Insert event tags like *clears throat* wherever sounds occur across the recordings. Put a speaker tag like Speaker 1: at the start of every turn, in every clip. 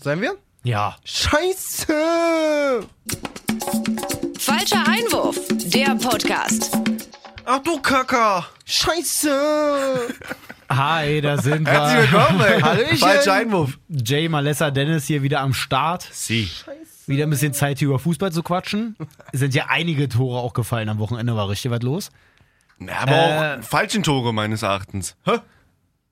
Speaker 1: Seien wir?
Speaker 2: Ja.
Speaker 1: Scheiße!
Speaker 3: Falscher Einwurf, der Podcast.
Speaker 1: Ach du Kacker! Scheiße!
Speaker 2: Hi, da sind wir.
Speaker 1: Herzlich
Speaker 4: *laughs*
Speaker 1: willkommen, ey.
Speaker 2: Hallöchen.
Speaker 1: Falscher Einwurf.
Speaker 2: Jay, Malessa, Dennis hier wieder am Start.
Speaker 4: Sie.
Speaker 2: Wieder ein bisschen Zeit hier über Fußball zu quatschen. Es sind ja einige Tore auch gefallen am Wochenende, war richtig was los.
Speaker 4: Na, aber
Speaker 2: Äh.
Speaker 4: auch falschen Tore meines Erachtens. Hä?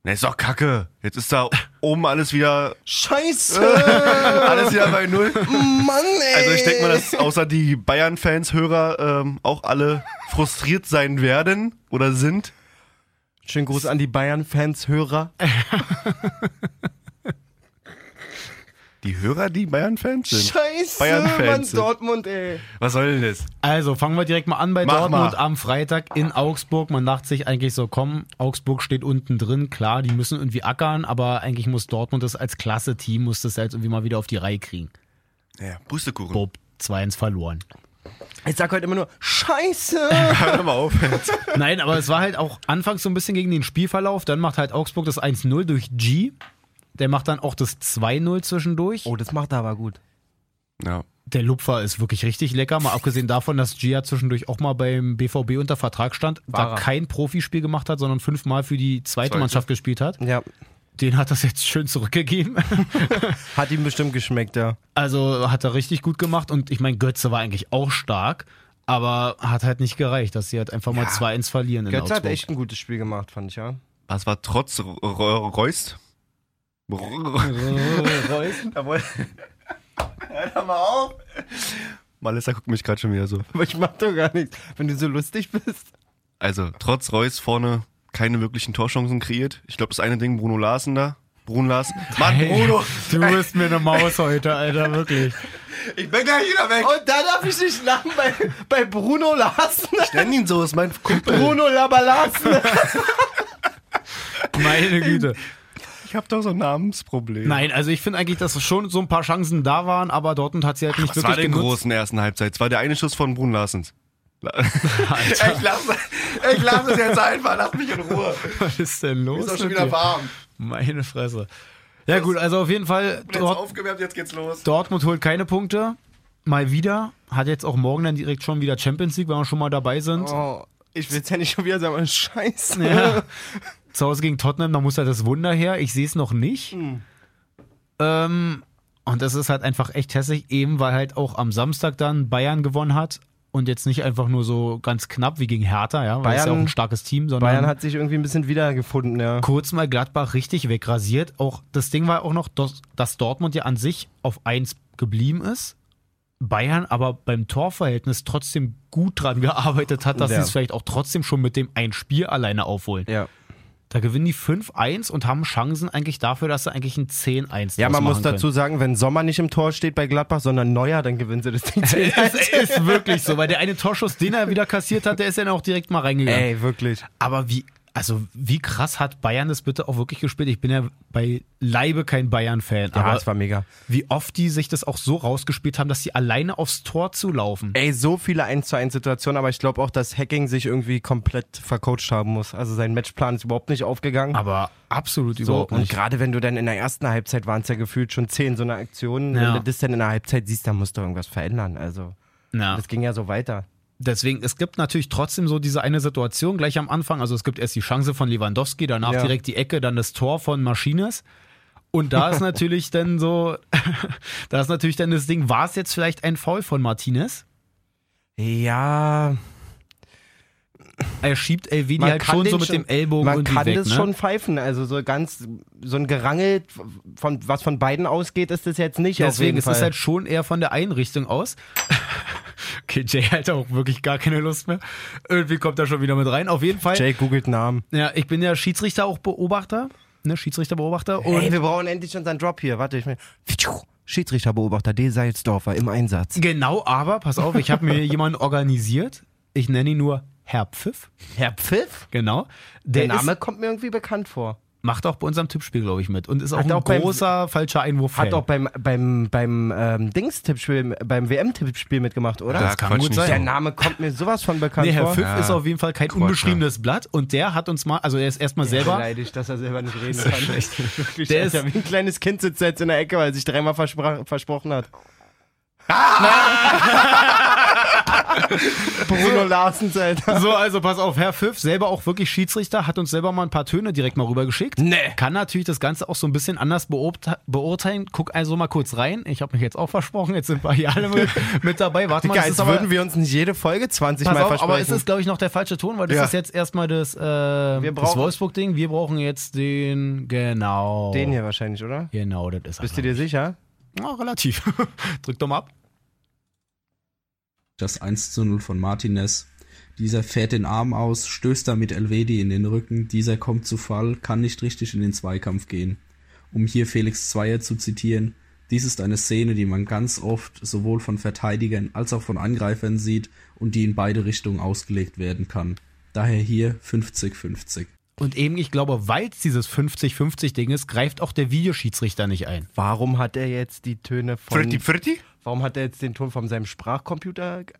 Speaker 4: Na, ist doch kacke. Jetzt ist da oben alles
Speaker 1: *laughs*
Speaker 4: wieder,
Speaker 1: Scheiße!
Speaker 4: alles wieder bei Null.
Speaker 1: Mann, ey!
Speaker 4: Also ich denke mal, dass außer die Bayern-Fans, Hörer ähm, auch alle frustriert sein werden oder sind.
Speaker 1: Schönen Gruß an die Bayern-Fans, Hörer.
Speaker 4: Die Hörer, die Bayern-Fans sind.
Speaker 1: Scheiße! Mann,
Speaker 4: Bayern-Fans.
Speaker 1: Dortmund, ey!
Speaker 4: Was soll denn das?
Speaker 2: Also fangen wir direkt mal an bei
Speaker 4: Mach
Speaker 2: Dortmund
Speaker 4: mal.
Speaker 2: am Freitag in Augsburg. Man dachte sich eigentlich so, komm, Augsburg steht unten drin, klar, die müssen irgendwie ackern, aber eigentlich muss Dortmund das als Klasse-Team, muss das jetzt irgendwie mal wieder auf die Reihe kriegen.
Speaker 4: Ja, Pustekuchen.
Speaker 2: Bob 2-1 verloren.
Speaker 1: Ich sag heute immer nur *laughs*
Speaker 4: *laughs*
Speaker 1: Scheiße!
Speaker 4: Hör mal auf. jetzt.
Speaker 2: Nein, aber es war halt auch anfangs so ein bisschen gegen den Spielverlauf. Dann macht halt Augsburg das 1-0 durch G. Der macht dann auch das 2-0 zwischendurch.
Speaker 1: Oh, das macht er aber gut.
Speaker 4: Ja.
Speaker 2: Der Lupfer ist wirklich richtig lecker. Mal abgesehen davon, dass G ja zwischendurch auch mal beim BVB unter Vertrag stand,
Speaker 1: War
Speaker 2: da
Speaker 1: er.
Speaker 2: kein Profispiel gemacht hat, sondern fünfmal für die zweite
Speaker 4: Zweite.
Speaker 2: Mannschaft gespielt hat.
Speaker 1: Ja.
Speaker 2: Den hat das jetzt schön zurückgegeben. *laughs*
Speaker 1: Hat ihm bestimmt geschmeckt, ja.
Speaker 2: Also hat er richtig gut gemacht. Und ich meine, Götze war eigentlich auch stark, aber hat halt nicht gereicht, dass sie halt einfach mal 2-1 verlieren in
Speaker 1: Götze hat
Speaker 2: Augsburg.
Speaker 1: echt ein gutes Spiel gemacht, fand ich, ja.
Speaker 4: Was war trotz R- R- Reust? R- *laughs* Jawohl. Hör mal auf. Malissa guckt mich gerade schon wieder so.
Speaker 1: Aber ich mach doch gar nichts, wenn du so lustig bist.
Speaker 4: Also, trotz Reus vorne keine wirklichen Torchancen kreiert. Ich glaube, das eine Ding, Bruno Larsen da. Bruno Larsen. Mann, Bruno,
Speaker 2: Du bist mir eine Maus heute, Alter, wirklich.
Speaker 4: ich bin gleich wieder weg.
Speaker 1: Und Oh, da darf ich nicht lachen bei, bei Bruno Larsen.
Speaker 4: Nenn ihn so, ist mein Kumpel.
Speaker 1: *laughs* Bruno Labalarsen.
Speaker 2: Meine Güte.
Speaker 4: Ich habe doch so ein Namensproblem.
Speaker 2: Nein, also ich finde eigentlich, dass schon so ein paar Chancen da waren, aber Dortmund hat sie halt nicht
Speaker 4: Was war
Speaker 2: wirklich
Speaker 4: denn
Speaker 2: genutzt.
Speaker 4: groß in der ersten Halbzeit? Es war der eine Schuss von Bruno Larsens. La- *laughs* Ich lasse ich lass es jetzt einfach, lass mich in Ruhe.
Speaker 2: Was ist denn los?
Speaker 4: Ist auch
Speaker 2: mit
Speaker 4: schon wieder
Speaker 2: dir?
Speaker 4: warm.
Speaker 2: Meine Fresse. Ja gut, also auf jeden Fall,
Speaker 4: Jetzt
Speaker 2: Dort
Speaker 4: aufgewärmt, jetzt geht's los.
Speaker 2: Dortmund holt keine Punkte. Mal wieder. Hat jetzt auch morgen dann direkt schon wieder Champions League, wenn wir schon mal dabei sind.
Speaker 1: *laughs* Oh, ich will's ja nicht schon wieder sagen, aber scheiße.
Speaker 2: Ja. *laughs* Zu Hause gegen Tottenham, da muss halt das Wunder her. Ich sehe es noch nicht.
Speaker 1: Hm.
Speaker 2: Ähm, und das ist halt einfach echt hässlich, eben weil halt auch am Samstag dann Bayern gewonnen hat und jetzt nicht einfach nur so ganz knapp wie gegen Hertha, ja, weil es ja
Speaker 1: Bayern-
Speaker 2: auch ein starkes Team, sondern
Speaker 1: Bayern hat sich irgendwie ein bisschen wiedergefunden, ja.
Speaker 2: kurz mal Gladbach richtig wegrasiert. Auch das Ding war auch noch, dass, dass Dortmund ja an sich auf 1 geblieben ist. Bayern aber beim Torverhältnis trotzdem gut dran gearbeitet hat, dass
Speaker 1: Ja.
Speaker 2: sie es vielleicht auch trotzdem schon mit dem ein Spiel alleine aufholen.
Speaker 1: Ja,
Speaker 2: Da gewinnen die 5-1 und haben Chancen eigentlich dafür, dass sie eigentlich ein 10-1
Speaker 1: ja
Speaker 2: draus
Speaker 1: man muss
Speaker 2: machen
Speaker 1: dazu sagen, wenn Sommer nicht im Tor steht bei Gladbach, sondern Neuer, dann gewinnen sie das *laughs* Ding.
Speaker 2: können. Es ist wirklich so, weil der eine Torschuss, den er wieder kassiert hat, der ist ja dann auch direkt mal reingegangen.
Speaker 1: Ey, wirklich.
Speaker 2: Aber wie, also wie krass hat Bayern das bitte auch wirklich gespielt? Ich bin ja bei Leibe kein Bayern-Fan,
Speaker 1: Ja,
Speaker 2: aber
Speaker 1: es war mega.
Speaker 2: wie oft die sich das auch so rausgespielt haben, dass sie alleine aufs Tor zu laufen.
Speaker 1: Ey, so viele 1 zu 1 Situationen, aber ich glaube auch, dass Hacking sich irgendwie komplett vercoacht haben muss. Also sein Matchplan ist überhaupt nicht aufgegangen.
Speaker 2: Aber absolut
Speaker 1: so,
Speaker 2: überhaupt
Speaker 1: und
Speaker 2: nicht.
Speaker 1: gerade wenn du dann in der ersten Halbzeit waren es ja gefühlt schon zehn so eine Aktionen,
Speaker 2: Ja.
Speaker 1: wenn du das dann in der Halbzeit siehst, dann musst du irgendwas verändern. Also
Speaker 2: Ja.
Speaker 1: das ging ja so weiter.
Speaker 2: Deswegen, es gibt natürlich trotzdem so diese eine Situation gleich am Anfang. Also es gibt erst die Chance von Lewandowski, danach
Speaker 1: Ja.
Speaker 2: direkt die Ecke, dann das Tor von Maschines. Und da *laughs* ist natürlich dann so, *laughs* da ist natürlich dann das Ding, war es jetzt vielleicht ein Foul von Martinez?
Speaker 1: Ja,
Speaker 2: Er schiebt Elvini
Speaker 1: Man
Speaker 2: halt
Speaker 1: kann
Speaker 2: schon so
Speaker 1: den
Speaker 2: mit
Speaker 1: schon-
Speaker 2: dem Ellbogen
Speaker 1: man
Speaker 2: irgendwie
Speaker 1: kann
Speaker 2: weg,
Speaker 1: das
Speaker 2: ne?
Speaker 1: schon pfeifen. Also so ganz so ein Gerangel von was von beiden ausgeht, ist das jetzt nicht.
Speaker 2: Deswegen,
Speaker 1: auf
Speaker 2: es
Speaker 1: jeden
Speaker 2: ist
Speaker 1: Fall.
Speaker 2: halt schon eher von der Einrichtung aus. *laughs* Okay, Jay hat auch wirklich gar keine Lust mehr. Irgendwie kommt er schon wieder mit rein. Auf jeden Fall.
Speaker 1: Jay googelt Namen.
Speaker 2: Ja, ich bin ja Schiedsrichter auch Beobachter. Ne, Schiedsrichterbeobachter. Und
Speaker 1: Ey, wir brauchen endlich unseren Drop hier. Warte, ich mir. Schiedsrichterbeobachter D. Salzdorfer im Einsatz.
Speaker 2: genau, aber pass auf, ich habe
Speaker 1: *laughs*
Speaker 2: mir jemanden organisiert. Ich nenne ihn nur Herr Pfiff.
Speaker 1: Herr Pfiff?
Speaker 2: Genau.
Speaker 1: Der,
Speaker 2: Der,
Speaker 1: Name
Speaker 2: Ist,
Speaker 1: kommt mir irgendwie bekannt vor.
Speaker 2: Macht auch bei unserem Tippspiel, glaube ich, mit. Und ist auch
Speaker 1: Hat
Speaker 2: ein
Speaker 1: auch beim-
Speaker 2: großer falscher Einwurf.
Speaker 1: Hat auch beim, beim, beim ähm, Dings-Tippspiel, beim WM-Tippspiel mitgemacht, oder?
Speaker 4: Da
Speaker 2: Das kann
Speaker 4: quatsch
Speaker 2: gut
Speaker 4: nicht
Speaker 2: sein.
Speaker 4: so.
Speaker 1: Der Name kommt mir sowas von bekannt
Speaker 2: Nee, Herr
Speaker 1: vor.
Speaker 2: Pfiff
Speaker 4: Ja.
Speaker 2: ist auf jeden Fall kein
Speaker 4: Quatsch,
Speaker 2: unbeschriebenes Blatt und der hat uns mal, also er ist erstmal selber,
Speaker 1: Beleidigt, dass er selber nicht
Speaker 2: *laughs*
Speaker 1: reden kann. *laughs* Wirklich,
Speaker 2: Der
Speaker 1: der
Speaker 2: ist-
Speaker 1: ist wie ein kleines Kind sitzt er jetzt in der Ecke, weil er sich dreimal versprach,
Speaker 2: *laughs*
Speaker 1: versprochen hat. Bruno Larsens, Alter.
Speaker 2: so also pass auf, Herr Pfiff, selber auch wirklich Schiedsrichter, hat uns selber mal ein paar Töne direkt mal rübergeschickt.
Speaker 1: Nee.
Speaker 2: Kann natürlich das Ganze auch so ein bisschen anders beurte beurteilen. Guck also mal kurz rein. Ich habe mich jetzt auch versprochen, jetzt sind wir hier alle
Speaker 1: *laughs*
Speaker 2: mit, mit dabei. Warte mal,
Speaker 1: Digga,
Speaker 2: das
Speaker 1: als
Speaker 2: ist aber,
Speaker 1: würden wir uns nicht jede Folge 20
Speaker 2: pass
Speaker 1: Mal
Speaker 2: auf,
Speaker 1: versprechen.
Speaker 2: aber es ist, glaube ich, noch der falsche Ton, weil das
Speaker 4: Ja.
Speaker 2: ist jetzt erstmal das, äh, das
Speaker 1: brauchen-
Speaker 2: Wolfsburg-Ding. Wir brauchen jetzt den, genau.
Speaker 1: Den hier wahrscheinlich, oder?
Speaker 2: Genau, das ist er,
Speaker 1: Bist du dir sicher?
Speaker 2: glaub ich. Ja, relativ. *laughs* Drück doch mal ab.
Speaker 5: Das 1 zu 0 von Martinez. Dieser fährt den Arm aus, stößt damit Elvedi in den Rücken. Dieser kommt zu Fall, kann nicht richtig in den Zweikampf gehen. Um hier Felix Zweier zu zitieren, dies ist eine Szene, die man ganz oft sowohl von Verteidigern als auch von Angreifern sieht und die in beide Richtungen ausgelegt werden kann. Daher hier 50-50.
Speaker 2: Und eben, ich glaube, weil es dieses 50-50-Ding ist, greift auch der Videoschiedsrichter nicht ein.
Speaker 1: Warum hat er jetzt die Töne von...
Speaker 4: Fritti, Fritti?
Speaker 1: Warum hat er jetzt den Ton von seinem Sprachcomputer... *laughs* ge-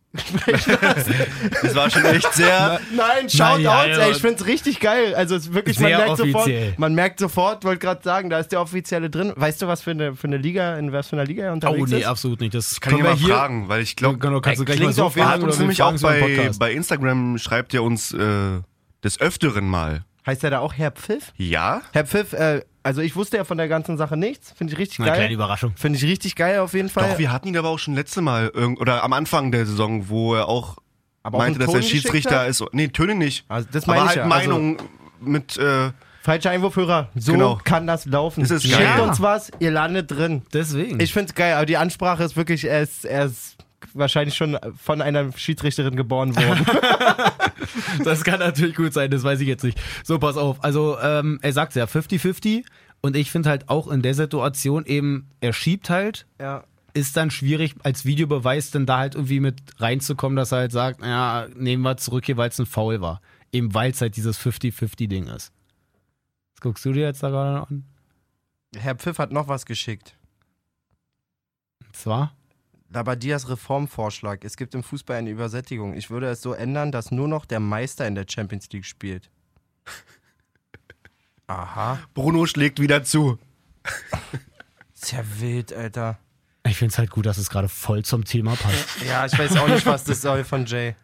Speaker 4: Das
Speaker 2: *laughs*
Speaker 4: war schon echt sehr.
Speaker 1: Nein, Shoutouts,
Speaker 2: Naja, ja.
Speaker 1: ey, ich find's richtig geil. Also es ist wirklich,
Speaker 2: Sehr
Speaker 1: man merkt
Speaker 2: offiziell.
Speaker 1: sofort, man merkt sofort, wollte gerade sagen, da ist der offizielle drin. Weißt du, was für eine, für eine Liga, in was für einer Liga er unterwegs ist?
Speaker 2: Oh, absolut nicht. Das
Speaker 4: Kann ich mal fragen, weil ich glaube,
Speaker 2: Genau, kannst du gleich
Speaker 1: Ey,
Speaker 2: mal
Speaker 1: klingt
Speaker 2: so
Speaker 1: auf jeden
Speaker 4: er hat
Speaker 2: fragen.
Speaker 4: uns
Speaker 2: oder wir
Speaker 4: nämlich auch
Speaker 2: fragen's über den
Speaker 4: bei,
Speaker 2: Podcast.
Speaker 4: bei Instagram schreibt er uns äh, des Öfteren mal.
Speaker 1: Heißt er da auch Herr Pfiff?
Speaker 4: Ja?
Speaker 1: Herr Pfiff, äh, also ich wusste ja von der ganzen Sache nichts. Finde ich richtig
Speaker 2: Eine kleine
Speaker 1: geil.
Speaker 2: Überraschung.
Speaker 1: Finde ich richtig geil auf jeden Fall.
Speaker 4: Doch, wir hatten ihn aber auch schon letzte Mal irgend- oder am Anfang der Saison, wo er auch
Speaker 1: Aber auch
Speaker 4: meinte,
Speaker 1: einen
Speaker 4: dass er
Speaker 1: Ton geschickt
Speaker 4: Schiedsrichter
Speaker 1: hat?
Speaker 4: ist. Nee, Töne nicht.
Speaker 2: Ah,
Speaker 1: Also das meine
Speaker 4: aber
Speaker 1: ich
Speaker 4: halt
Speaker 1: ja. Also,
Speaker 4: Meinung mit äh,
Speaker 1: Falscher Einwurfhörer. So
Speaker 4: Genau.
Speaker 1: kann das laufen.
Speaker 4: Das ist
Speaker 1: Schickt
Speaker 4: geil. Hm.
Speaker 1: uns was, ihr landet drin.
Speaker 2: Deswegen.
Speaker 1: Ich find's geil, aber die Ansprache ist wirklich, er ist, er ist wahrscheinlich schon von einer Schiedsrichterin
Speaker 4: *laughs*
Speaker 1: geboren worden.
Speaker 2: das kann natürlich gut sein, das weiß ich jetzt nicht. So, pass auf. Also, ähm, er sagt ja 50-50. Und ich finde halt auch in der Situation eben, er schiebt halt,
Speaker 1: ja.
Speaker 2: ist dann schwierig als Videobeweis denn da halt irgendwie mit reinzukommen, dass er halt sagt, ja, nehmen wir zurück hier, weil es ein Foul war. Eben weil es halt dieses 50-50-Ding ist. Das guckst du dir jetzt da gerade noch an.
Speaker 1: Herr Pfiff hat noch was geschickt.
Speaker 2: Und zwar?
Speaker 1: Labadias Reformvorschlag. Es gibt im Fußball eine Übersättigung. Ich würde es so ändern, dass nur noch der Meister in der Champions League spielt. Aha.
Speaker 4: Bruno schlägt wieder zu.
Speaker 1: Ist ja wild, Alter.
Speaker 2: Ich finde es halt gut, dass es gerade voll zum Thema passt.
Speaker 1: Ja, ich weiß auch nicht, was das soll von Jay.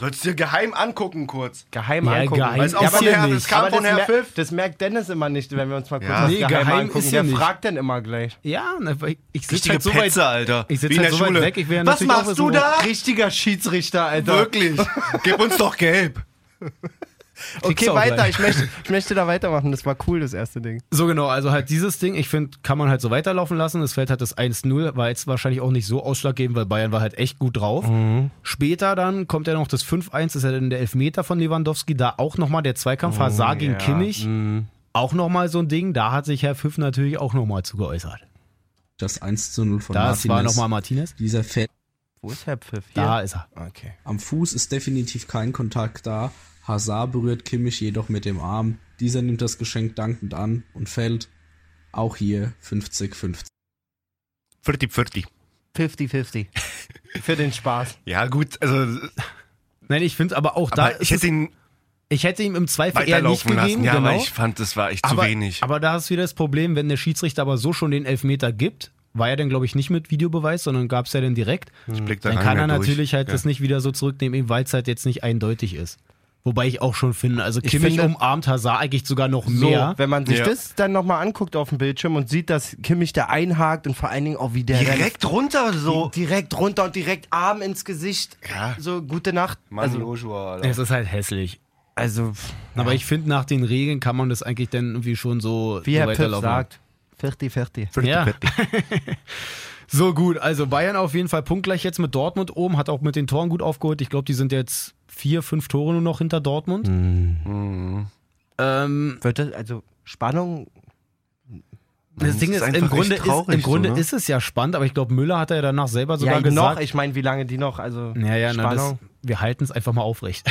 Speaker 4: Sollst du dir geheim angucken kurz.
Speaker 1: Geheim
Speaker 2: Ja,
Speaker 1: angucken.
Speaker 2: geheim
Speaker 4: Weiß auch
Speaker 2: ist
Speaker 4: von
Speaker 2: hier
Speaker 4: Herr-
Speaker 2: nicht.
Speaker 4: das kam
Speaker 1: Aber
Speaker 4: von
Speaker 1: das,
Speaker 4: Herr
Speaker 1: mer-
Speaker 4: Pfiff.
Speaker 1: das merkt Dennis immer nicht, wenn wir uns mal kurz
Speaker 4: Ja.
Speaker 1: was
Speaker 2: Nee,
Speaker 1: geheim,
Speaker 2: geheim
Speaker 1: angucken.
Speaker 2: ist ja
Speaker 1: Der
Speaker 2: nicht.
Speaker 1: fragt dann immer gleich.
Speaker 2: Ja, ne, weil ich- ich sitze
Speaker 4: Richtige
Speaker 2: halt so weit,
Speaker 4: Petze, Alter.
Speaker 2: Ich
Speaker 4: Wie
Speaker 2: sitze
Speaker 4: in
Speaker 2: halt
Speaker 4: der
Speaker 2: so weit
Speaker 4: Schule.
Speaker 2: weg. Ich wäre
Speaker 4: Was
Speaker 2: natürlich auch
Speaker 4: machst du
Speaker 2: wissen,
Speaker 4: da?
Speaker 1: Richtiger Schiedsrichter, Alter.
Speaker 4: Wirklich. Gib uns doch gelb.
Speaker 2: Kriegst du
Speaker 1: Okay,
Speaker 2: auch
Speaker 1: weiter.
Speaker 2: gleich.
Speaker 1: Ich möchte, ich möchte da weitermachen. Das war cool, das erste Ding.
Speaker 2: So genau, also halt dieses Ding, ich finde, kann man halt so weiterlaufen lassen. Es fällt halt das 1-0, war jetzt wahrscheinlich auch nicht so ausschlaggebend, weil Bayern war halt echt gut drauf.
Speaker 4: Mhm.
Speaker 2: Später dann kommt ja noch das 5-1, ist ja dann der Elfmeter von Lewandowski, da auch nochmal der Zweikampf
Speaker 4: Oh,
Speaker 2: Hazard gegen Kimmich.
Speaker 4: Mhm.
Speaker 2: Auch nochmal so ein Ding, da hat sich Herr Pfiff natürlich auch nochmal zu geäußert.
Speaker 5: Das 1 zu 0 von
Speaker 2: Das war
Speaker 5: Martinez.
Speaker 2: nochmal Martinez.
Speaker 5: Dieser fährt
Speaker 1: Wo ist Herr Pfiff?
Speaker 2: Da ist er.
Speaker 1: Okay.
Speaker 5: Am Fuß ist definitiv kein Kontakt da. Hazard berührt Kimmich jedoch mit dem Arm. Dieser nimmt das Geschenk dankend an und fällt. Auch hier 50-50.
Speaker 4: Vierti, vierti.
Speaker 1: 50-50. Für den Spaß.
Speaker 4: Ja, gut, also
Speaker 2: Nein, ich finde aber auch da,
Speaker 4: aber
Speaker 2: ist
Speaker 4: ich
Speaker 2: es-
Speaker 4: hätte ihn
Speaker 2: ich hätte ihm im Zweifel eher nicht
Speaker 4: weiterlaufen
Speaker 2: gegeben.
Speaker 4: lassen. Ja,
Speaker 2: genau.
Speaker 4: aber ich fand, das war echt
Speaker 2: aber,
Speaker 4: zu wenig.
Speaker 2: Aber da ist wieder das Problem, wenn der Schiedsrichter aber so schon den Elfmeter gibt, war er dann, glaube ich, nicht mit Videobeweis, sondern gab es ja dann direkt,
Speaker 1: Mhm.
Speaker 4: ich blick da
Speaker 2: dann
Speaker 4: gar
Speaker 2: kann
Speaker 4: nicht
Speaker 2: er
Speaker 4: mehr durch.
Speaker 2: natürlich halt
Speaker 4: ja.
Speaker 2: das nicht wieder so zurücknehmen, eben weil es halt jetzt nicht eindeutig ist. Wobei ich auch schon finde, also
Speaker 1: Ich
Speaker 2: Kimmich
Speaker 1: finde-
Speaker 2: umarmt Hazard eigentlich sogar noch
Speaker 1: So,
Speaker 2: mehr.
Speaker 1: wenn man sich
Speaker 4: Ja.
Speaker 1: das dann nochmal anguckt auf dem Bildschirm und sieht, dass Kimmich da einhakt und vor allen Dingen auch wie der
Speaker 4: Direkt runter also,
Speaker 1: dann
Speaker 4: so.
Speaker 1: direkt runter und direkt Arm ins Gesicht.
Speaker 4: Ja.
Speaker 1: So, gute Nacht. also,
Speaker 4: Joshua, Alter.
Speaker 2: Es ist halt hässlich.
Speaker 1: also
Speaker 2: Aber ich finde, nach den Regeln kann man das eigentlich dann irgendwie schon so,
Speaker 1: wie
Speaker 2: so
Speaker 1: Herr Pfiff
Speaker 2: weiterlaufen lassen.
Speaker 1: sagt, 40-40.
Speaker 2: Ja. *laughs* So gut, also Bayern auf jeden Fall punktgleich jetzt mit Dortmund oben, hat auch mit den Toren gut aufgeholt. Ich glaube, die sind jetzt vier, fünf Tore nur noch hinter Dortmund.
Speaker 4: Mhm.
Speaker 2: Ähm,
Speaker 1: Wird das, also Spannung,
Speaker 2: Das
Speaker 4: Das
Speaker 2: Ding
Speaker 4: ist
Speaker 2: ist, im
Speaker 4: einfach
Speaker 2: Grunde,
Speaker 4: echt traurig
Speaker 2: ist, im
Speaker 4: so,
Speaker 2: Grunde
Speaker 4: ne?
Speaker 2: ist es ja spannend, aber ich glaube, Müller hat er ja danach selber sogar
Speaker 1: ja
Speaker 2: gesagt.
Speaker 1: noch, ich meine, wie lange die noch, also
Speaker 2: ja, ja, na, das,
Speaker 1: Spannung.
Speaker 4: Mhm.
Speaker 2: *laughs* wir halten es einfach mal aufrecht.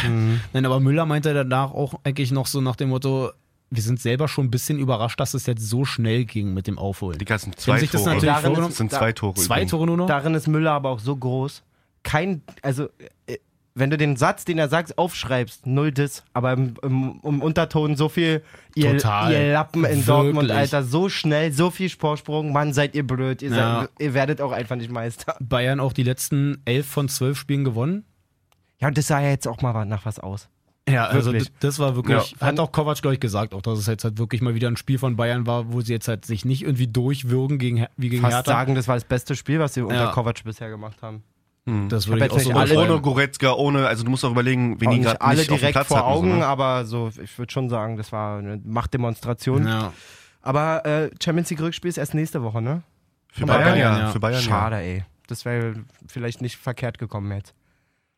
Speaker 2: Nein, aber Müller meinte danach auch eigentlich noch so nach dem Motto, wir sind selber schon ein bisschen überrascht, dass es jetzt so schnell ging mit dem Aufholen.
Speaker 4: Digga, es sind
Speaker 2: Wenn
Speaker 4: zwei
Speaker 2: sich das
Speaker 4: Tore.
Speaker 2: natürlich
Speaker 1: vorgenommen-
Speaker 4: es sind zwei Tore.
Speaker 2: Zwei
Speaker 4: übrigens.
Speaker 2: Tore nur noch?
Speaker 1: Darin ist Müller aber auch so groß. Kein, also, äh, wenn du den Satz, den er sagt, aufschreibst, null Diss, aber im, im, im Unterton so viel, ihr,
Speaker 2: Total.
Speaker 1: ihr Lappen in
Speaker 2: Wirklich.
Speaker 1: Dortmund, Alter, so schnell, so viel Vorsprung, Mann, seid ihr blöd, ihr,
Speaker 2: Ja.
Speaker 1: seid, ihr werdet auch einfach nicht Meister.
Speaker 2: Bayern auch die letzten elf von zwölf Spielen gewonnen.
Speaker 1: Ja, und das sah ja jetzt auch mal nach was aus.
Speaker 2: Ja, also
Speaker 1: Wirklich.
Speaker 2: d- das war wirklich,
Speaker 1: Ja.
Speaker 2: hat auch Kovac, glaube ich, gesagt, auch dass es jetzt halt wirklich mal wieder ein Spiel von Bayern war, wo sie jetzt halt sich nicht irgendwie durchwürgen gegen, Her- wie gegen
Speaker 1: Fast
Speaker 2: Hertha.
Speaker 1: sagen, das war das beste Spiel, was sie unter
Speaker 2: Ja.
Speaker 1: Kovac bisher gemacht haben.
Speaker 2: Das
Speaker 1: Ich
Speaker 2: würde
Speaker 1: hab
Speaker 2: ich auch
Speaker 1: jetzt
Speaker 2: so
Speaker 1: nicht alle-
Speaker 2: unterschreiben.
Speaker 4: Ohne Goretzka, ohne, also du musst auch überlegen, wen
Speaker 1: Auch
Speaker 4: die
Speaker 1: nicht
Speaker 4: gerade
Speaker 1: alle
Speaker 4: nicht auf dem
Speaker 1: direkt
Speaker 4: Platz
Speaker 1: vor
Speaker 4: hatten, so,
Speaker 1: Augen,
Speaker 4: ne?
Speaker 1: aber so, ich würde schon sagen, das war eine Machtdemonstration.
Speaker 2: Ja.
Speaker 1: Aber äh, Champions League Rückspiel ist erst nächste Woche, ne?
Speaker 4: Für
Speaker 1: Bayern,
Speaker 4: Bayern, ja.
Speaker 2: ja.
Speaker 4: Für Bayern, ja.
Speaker 1: Schade, ey. Das wäre vielleicht nicht verkehrt gekommen jetzt.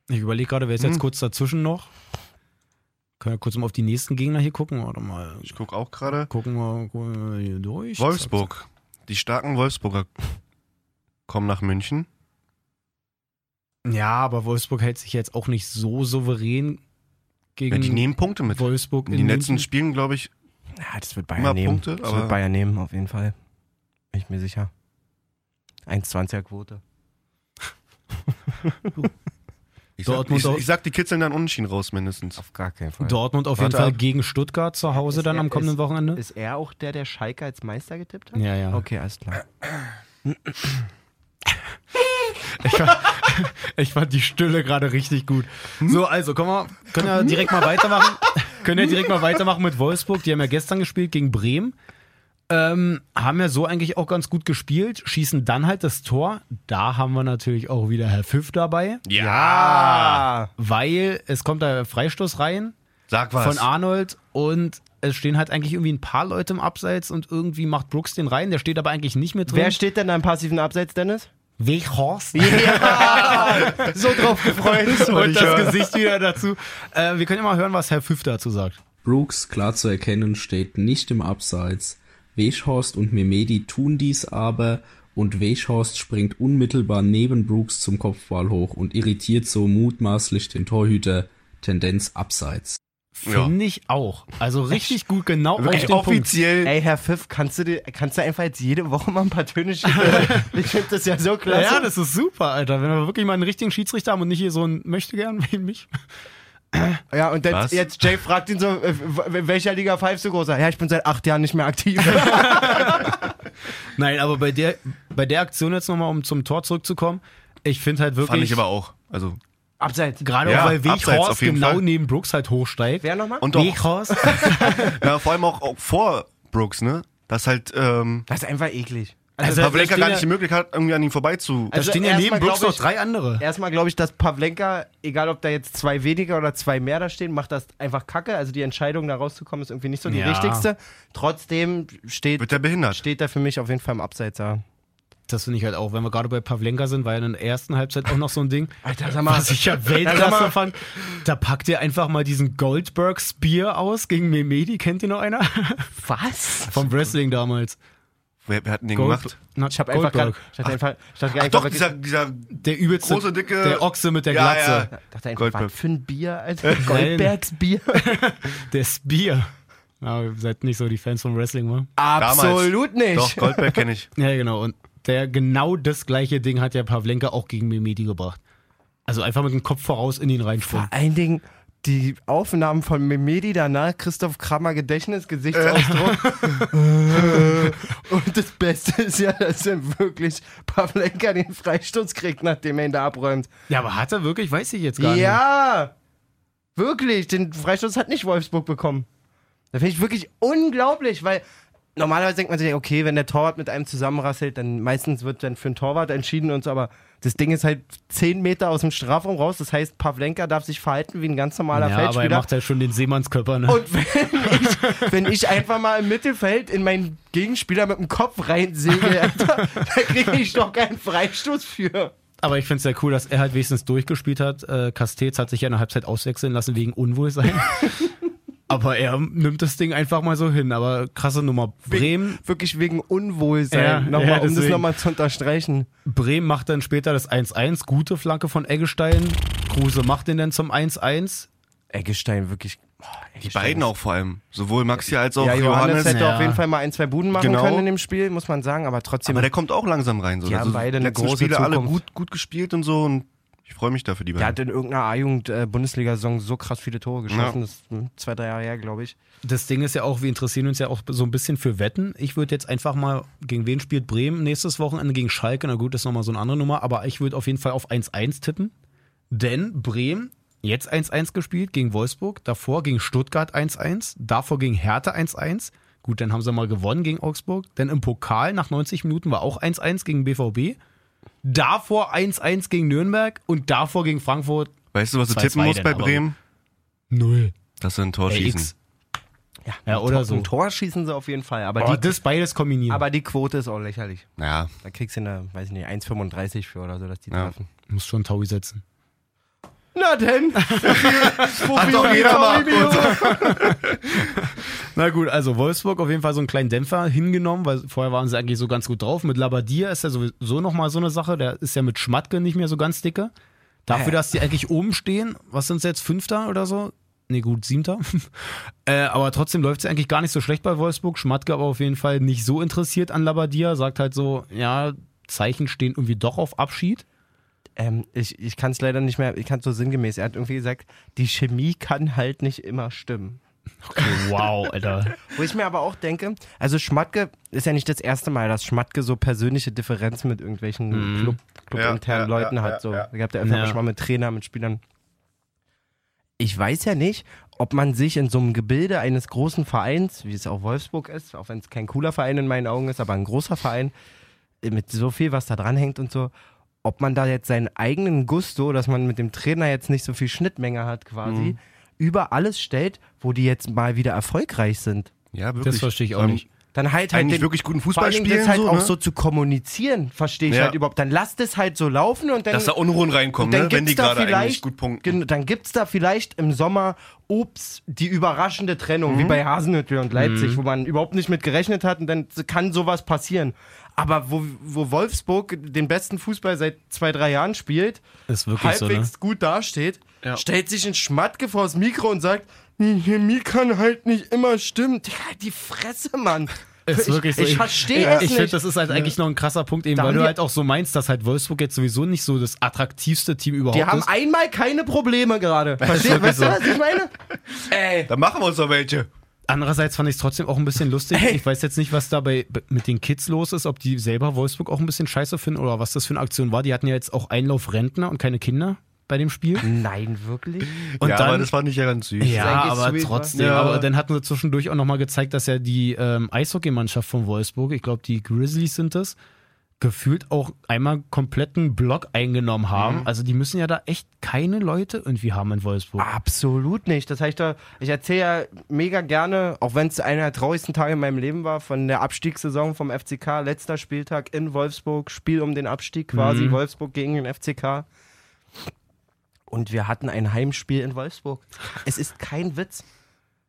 Speaker 2: Ich überlege gerade, wer ist jetzt kurz dazwischen noch? Können wir kurz mal auf die nächsten Gegner hier gucken? Warte mal.
Speaker 4: Ich guck auch gerade.
Speaker 2: Gucken wir gucken wir hier durch.
Speaker 4: Wolfsburg. Die starken Wolfsburger kommen nach München.
Speaker 2: Ja, aber Wolfsburg hält sich jetzt auch nicht so souverän
Speaker 4: Ja,
Speaker 2: gegen
Speaker 4: die nehmen Punkte mit.
Speaker 2: Wolfsburg
Speaker 4: In den letzten
Speaker 2: München.
Speaker 4: Spielen, glaube ich,
Speaker 1: Ja, das wird
Speaker 4: Immer Punkte,
Speaker 1: das
Speaker 4: aber-
Speaker 1: wird Bayern nehmen, auf jeden Fall. Bin ich mir sicher. 1,20er Quote.
Speaker 4: ich sag,
Speaker 2: Dortmund
Speaker 4: ich,
Speaker 2: auch-
Speaker 4: ich sag, die kitzeln dann Unentschieden raus mindestens.
Speaker 1: Auf gar keinen Fall.
Speaker 2: Dortmund auf jeden
Speaker 4: Warte
Speaker 2: Fall
Speaker 4: ab.
Speaker 2: gegen Stuttgart zu Hause
Speaker 1: Ist
Speaker 2: dann
Speaker 1: er-
Speaker 2: am kommenden
Speaker 1: ist-
Speaker 2: Wochenende.
Speaker 1: Ist er auch der, der Schalke als Meister getippt hat?
Speaker 2: Ja, ja.
Speaker 1: Okay, alles klar.
Speaker 2: Ich fand die Stille gerade richtig gut. So, also, komm mal, können wir direkt mal weitermachen. können wir direkt mal weitermachen mit Wolfsburg. Die haben ja gestern gespielt gegen Bremen. Ähm, haben ja so eigentlich auch ganz gut gespielt, schießen dann halt das Tor. Da haben wir natürlich auch wieder Herr Pfiff dabei, Ah.
Speaker 1: Ja!
Speaker 2: weil es kommt da Freistoß rein
Speaker 4: Sag was.
Speaker 2: von Arnold und es stehen halt eigentlich irgendwie ein paar Leute im Abseits und irgendwie macht Brooks den rein, der steht aber eigentlich nicht mit drin.
Speaker 1: Wer steht denn da im passiven Abseits, Dennis?
Speaker 2: *laughs* Weghorst?
Speaker 1: So drauf gefreut. *laughs*
Speaker 2: und das Gesicht wieder dazu. Äh, wir können ja mal hören, was Herr Pfiff dazu sagt.
Speaker 5: Brooks, klar zu erkennen, steht nicht im Abseits. Weghorst und Memedi tun dies aber und Weghorst springt unmittelbar neben Brooks zum Kopfball hoch und irritiert so mutmaßlich den Torhüter. Tendenz Abseits.
Speaker 4: Ja.
Speaker 2: Finde ich auch. Also richtig gut, genau auf
Speaker 4: Wirklich
Speaker 2: den Punkt.
Speaker 4: offiziell.
Speaker 1: Ey, Herr Pfiff, kannst du, dir- kannst du einfach jetzt jede Woche mal ein paar Töne schicken? ich finde das ja so klasse.
Speaker 2: Ja, das ist super, Alter. Wenn wir wirklich mal einen richtigen Schiedsrichter haben und nicht hier so einen möchte gern wie mich.
Speaker 1: Ja, und jetzt,
Speaker 4: Was?
Speaker 1: jetzt Jay fragt ihn so, äh, w- in welcher Liga pfeifst du großer? Ja, ich bin seit acht Jahren nicht mehr aktiv.
Speaker 2: Nein, aber bei der, bei der Aktion jetzt nochmal, um zum Tor zurückzukommen, ich finde halt wirklich,
Speaker 4: Fand ich aber auch. Also,
Speaker 1: Abseits.
Speaker 2: gerade
Speaker 4: Ja,
Speaker 2: auch, weil
Speaker 4: abseits
Speaker 2: Weghorst
Speaker 4: auf jeden
Speaker 2: genau
Speaker 4: Fall.
Speaker 2: neben Brooks halt hochsteigt.
Speaker 1: Wer nochmal?
Speaker 4: und
Speaker 2: *laughs*
Speaker 4: auch,
Speaker 2: Weghorst?
Speaker 4: ja, vor allem auch, auch vor Brooks, ne? Dass halt ähm,
Speaker 1: Das ist einfach eklig.
Speaker 2: Also,
Speaker 4: Pavlenka
Speaker 2: da stehen
Speaker 4: gar nicht die
Speaker 2: ja-
Speaker 4: Möglichkeit hat, irgendwie an ihm vorbei zu.
Speaker 2: Da
Speaker 1: Also
Speaker 2: stehen ja
Speaker 1: erstmal
Speaker 2: neben Brooks
Speaker 1: glaub
Speaker 2: noch
Speaker 1: ich-
Speaker 2: drei andere.
Speaker 1: Erstmal glaube ich, dass Pavlenka, egal ob da jetzt zwei weniger oder zwei mehr da stehen, macht das einfach kacke. Also die Entscheidung, da rauszukommen, ist irgendwie nicht so die
Speaker 2: Ja.
Speaker 1: richtigste. Trotzdem
Speaker 4: wird
Speaker 1: steht,
Speaker 4: er behindert.
Speaker 1: steht da für mich auf jeden Fall im Abseits da.
Speaker 2: Das finde ich halt auch, wenn wir gerade bei Pavlenka sind, war ja in der ersten Halbzeit auch noch so ein Ding.
Speaker 1: Alter, sag mal.
Speaker 2: Was ich ja
Speaker 1: *laughs* Ja, sag mal.
Speaker 2: Weltklasse fand. Da packt ihr einfach mal diesen Goldberg-Spear aus gegen Memedi. Kennt ihr noch einer?
Speaker 1: Was?
Speaker 2: Vom Wrestling damals.
Speaker 4: Wer, wer hat denn den gemacht?
Speaker 2: Na,
Speaker 1: Ich habe einfach gerade.
Speaker 2: Goldberg.
Speaker 1: Ich dachte einfach, ich dachte einfach,
Speaker 4: Doch,
Speaker 1: wirklich-
Speaker 4: dieser, dieser
Speaker 2: Der übelste.
Speaker 4: große, dicke-
Speaker 2: Der Ochse mit der
Speaker 4: Ja,
Speaker 2: Glatze.
Speaker 1: Ich dachte einfach,
Speaker 4: Goldberg.
Speaker 1: was für ein Bier, Alter. Goldbergs Bier.
Speaker 2: Der Spear. Na, ihr seid nicht so die Fans vom Wrestling, wa?
Speaker 1: Ah.
Speaker 4: damals.
Speaker 1: Absolut nicht.
Speaker 4: Doch, Goldberg kenne
Speaker 1: *laughs*
Speaker 4: ich.
Speaker 2: Ja, genau. Und der genau das gleiche Ding hat ja Pavlenka auch gegen Memedi gebracht. Also einfach mit dem Kopf voraus in ihn
Speaker 1: Vor
Speaker 2: reinspringen.
Speaker 1: allen Dingen die Aufnahmen von Memedi danach, Christoph Kramer Gedächtnis, Gesichtsausdruck. Und das Beste ist ja, dass er wirklich Pavlenka den Freistoß kriegt, nachdem er ihn da abräumt.
Speaker 2: Ja, aber hat er wirklich? Weiß ich jetzt gar nicht.
Speaker 1: ja! Wirklich, den Freistoß hat nicht Wolfsburg bekommen. Da finde ich wirklich unglaublich, weil normalerweise denkt man sich, okay, wenn der Torwart mit einem zusammenrasselt, dann meistens wird dann für einen Torwart entschieden und so, aber das Ding ist halt 10 Meter aus dem Strafraum raus. Das heißt, Pavlenka darf sich verhalten wie ein ganz normaler
Speaker 2: Ja, aber er
Speaker 1: Feldspieler.
Speaker 2: macht ja schon den Seemannskörper, ne?
Speaker 1: Und wenn ich, wenn ich einfach mal im Mittelfeld in meinen Gegenspieler mit dem
Speaker 2: *laughs*
Speaker 1: Kopf reinsäge, Alter, da kriege ich doch keinen Freistoß für.
Speaker 2: Aber ich finde es sehr cool, dass er halt wenigstens durchgespielt hat. Äh, Castells hat sich ja in der Halbzeit auswechseln lassen wegen Unwohlsein. Aber er nimmt das Ding einfach mal so hin. Aber krasse Nummer. Bremen,
Speaker 1: Wirklich wegen Unwohlsein.
Speaker 2: Ja,
Speaker 1: nochmal,
Speaker 2: ja,
Speaker 1: um das
Speaker 2: deswegen.
Speaker 1: nochmal zu unterstreichen.
Speaker 2: Bremen macht dann später das 1-1. Gute Flanke von Eggestein. Kruse macht den dann zum 1-1.
Speaker 1: Eggestein, wirklich
Speaker 4: Die beiden auch vor allem. Sowohl Maxi als auch
Speaker 1: Ja, Johannes,
Speaker 4: Johannes.
Speaker 1: hätte
Speaker 2: Ja.
Speaker 1: auf jeden Fall mal ein, zwei Buden machen
Speaker 4: Genau.
Speaker 1: können in dem Spiel, muss man sagen, aber trotzdem.
Speaker 4: Aber der kommt auch langsam rein. So.
Speaker 1: Die haben beide eine
Speaker 4: letzten
Speaker 1: große
Speaker 4: Spiele alle
Speaker 1: Zukunft.
Speaker 4: gut, gut gespielt und so. Und ich freue mich dafür, die
Speaker 1: der hat
Speaker 4: beiden.
Speaker 1: in irgendeiner A-Jugend-Bundesliga-Saison so krass viele Tore geschossen,
Speaker 4: Ja.
Speaker 1: das ist hm, zwei, drei Jahre her, glaube ich.
Speaker 2: Das Ding ist ja auch, wir interessieren uns ja auch so ein bisschen für Wetten. Ich würde jetzt einfach mal, gegen wen spielt Bremen nächstes Wochenende? Gegen Schalke, na gut, das ist nochmal so eine andere Nummer, aber ich würde auf jeden Fall auf 1-1 tippen. Denn Bremen, jetzt 1-1 gespielt gegen Wolfsburg, davor gegen Stuttgart 1-1, davor gegen Hertha 1-1. Gut, dann haben sie mal gewonnen gegen Augsburg. Denn im Pokal nach 90 Minuten war auch 1-1 gegen BVB. Davor 1-1 gegen Nürnberg und davor gegen Frankfurt
Speaker 4: Weißt du, was du
Speaker 2: 2-2
Speaker 4: tippen musst
Speaker 2: denn,
Speaker 4: bei
Speaker 2: aber-
Speaker 4: Bremen?
Speaker 2: 0.
Speaker 4: Dass sie ein Tor schießen.
Speaker 2: X. Ja, oder so.
Speaker 1: Ein Tor schießen sie auf jeden Fall, aber,
Speaker 2: Aber
Speaker 1: die,
Speaker 2: das beides kombinieren.
Speaker 1: aber die Quote ist auch lächerlich.
Speaker 4: Naja,
Speaker 1: Da kriegst du eine, weiß ich nicht, 1,35 für oder so, dass die
Speaker 4: Ja.
Speaker 1: treffen.
Speaker 2: muss schon Taui setzen.
Speaker 1: Na *laughs* denn!
Speaker 4: Hat doch jeder mal
Speaker 2: Na gut, also Wolfsburg auf jeden Fall so einen kleinen Dämpfer hingenommen, weil vorher waren sie eigentlich so ganz gut drauf. Mit Labadia ist ja sowieso nochmal so eine Sache, der ist ja mit Schmatke nicht mehr so ganz dicke. Dafür, dass die eigentlich oben stehen, was sind sie jetzt, Fünfter oder so? Nee, gut, Siebter. *laughs* äh, aber trotzdem läuft es eigentlich gar nicht so schlecht bei Wolfsburg. Schmatke aber auf jeden Fall nicht so interessiert an Labadia, sagt halt so, ja, Zeichen stehen irgendwie doch auf Abschied.
Speaker 1: Ähm, ich ich kann es leider nicht mehr, ich kann es so sinngemäß. Er hat irgendwie gesagt, die Chemie kann halt nicht immer stimmen.
Speaker 2: Wow, *laughs* Alter.
Speaker 1: Wo ich mir aber auch denke, also Schmatke ist ja nicht das erste Mal, dass Schmatke so persönliche Differenzen mit irgendwelchen Club, clubinternen
Speaker 4: Mhm. Ja, ja,
Speaker 1: Leuten
Speaker 4: ja,
Speaker 1: hat.
Speaker 4: ja,
Speaker 1: so.
Speaker 4: ja.
Speaker 1: Ich habe da öfter
Speaker 2: Ja.
Speaker 1: mal schon mal mit Trainern, mit Spielern. Ich weiß ja nicht, ob man sich in so einem Gebilde eines großen Vereins, wie es auch Wolfsburg ist, auch wenn es kein cooler Verein in meinen Augen ist, aber ein großer Verein, äh, mit so viel, was da dranhängt und so, ob man da jetzt seinen eigenen Gusto, dass man mit dem Trainer jetzt nicht so viel Schnittmenge hat quasi,
Speaker 4: Mhm.
Speaker 1: über alles stellt, wo die jetzt mal wieder erfolgreich sind.
Speaker 4: ja, wirklich.
Speaker 2: Das verstehe ich auch
Speaker 4: Vor allem
Speaker 2: nicht.
Speaker 1: Dann halt halt
Speaker 4: Eigentlich
Speaker 1: den,
Speaker 4: wirklich guten
Speaker 1: vor
Speaker 4: Fußball
Speaker 1: allen Dingen
Speaker 4: spielen.
Speaker 1: das halt
Speaker 4: so,
Speaker 1: auch
Speaker 4: ne?
Speaker 1: so zu kommunizieren, verstehe ich
Speaker 4: Ja.
Speaker 1: halt überhaupt. Dann lasst es halt so laufen und dann,
Speaker 4: Dass da Unruhen reinkommen,
Speaker 1: und dann
Speaker 4: ne? wenn die
Speaker 1: gibt's da
Speaker 4: gerade eigentlich
Speaker 1: vielleicht-
Speaker 4: gut punkten.
Speaker 1: gen- dann gibt's da vielleicht im Sommer, ups, die überraschende Trennung, wie bei Hasenhüttl und Leipzig, wo man überhaupt nicht mit gerechnet hat und dann kann sowas passieren. Aber wo, wo Wolfsburg den besten Fußball seit zwei, drei Jahren spielt,
Speaker 2: Ist wirklich so, ne?
Speaker 1: halbwegs gut dasteht, stellt sich ein Schmatke vors Mikro und sagt, die Chemie kann halt nicht immer stimmen. Digga, halt die Fresse, Mann.
Speaker 2: Ist
Speaker 1: ich
Speaker 2: wirklich so.
Speaker 1: ich verstehe es
Speaker 2: Ich
Speaker 1: nicht.
Speaker 2: finde, das ist halt eigentlich noch ein krasser Punkt, eben,
Speaker 1: Da
Speaker 2: weil
Speaker 1: haben
Speaker 2: du
Speaker 1: die-
Speaker 2: halt auch so meinst, dass halt Wolfsburg jetzt sowieso nicht so das attraktivste Team überhaupt
Speaker 1: Die haben
Speaker 2: ist.
Speaker 1: einmal keine Probleme gerade. Verstehst weißt du, was ich meine? Ey.
Speaker 4: Dann machen wir uns doch welche.
Speaker 2: Andererseits fand ich es trotzdem auch ein bisschen lustig. Ich weiß jetzt nicht, was da bei, b- mit den Kids los ist, ob die selber Wolfsburg auch ein bisschen scheiße finden oder was das für eine Aktion war. Die hatten ja jetzt auch Einlauf Rentner und keine Kinder bei dem Spiel.
Speaker 1: Nein, wirklich?
Speaker 2: Und
Speaker 4: ja,
Speaker 2: dann,
Speaker 4: aber das fand ich ja ganz süß.
Speaker 2: ja,
Speaker 1: eigentlich
Speaker 2: aber
Speaker 1: sweet, wa?
Speaker 2: trotzdem.
Speaker 4: Ja.
Speaker 2: Aber dann hatten sie zwischendurch auch nochmal gezeigt, dass ja die ähm, Eishockeymannschaft von Wolfsburg, ich glaube die Grizzlies sind es, gefühlt auch einmal kompletten Block eingenommen
Speaker 1: Mhm.
Speaker 2: haben. Also die müssen ja da echt keine Leute irgendwie haben in Wolfsburg.
Speaker 1: Ah. Absolut nicht. Das heißt, ich erzähle ja mega gerne, auch wenn es einer der traurigsten Tage in meinem Leben war, von der Abstiegssaison vom FCK, letzter Spieltag in Wolfsburg, Spiel um den Abstieg quasi, Wolfsburg gegen den FCK. Und wir hatten ein Heimspiel in Wolfsburg. Es ist kein Witz.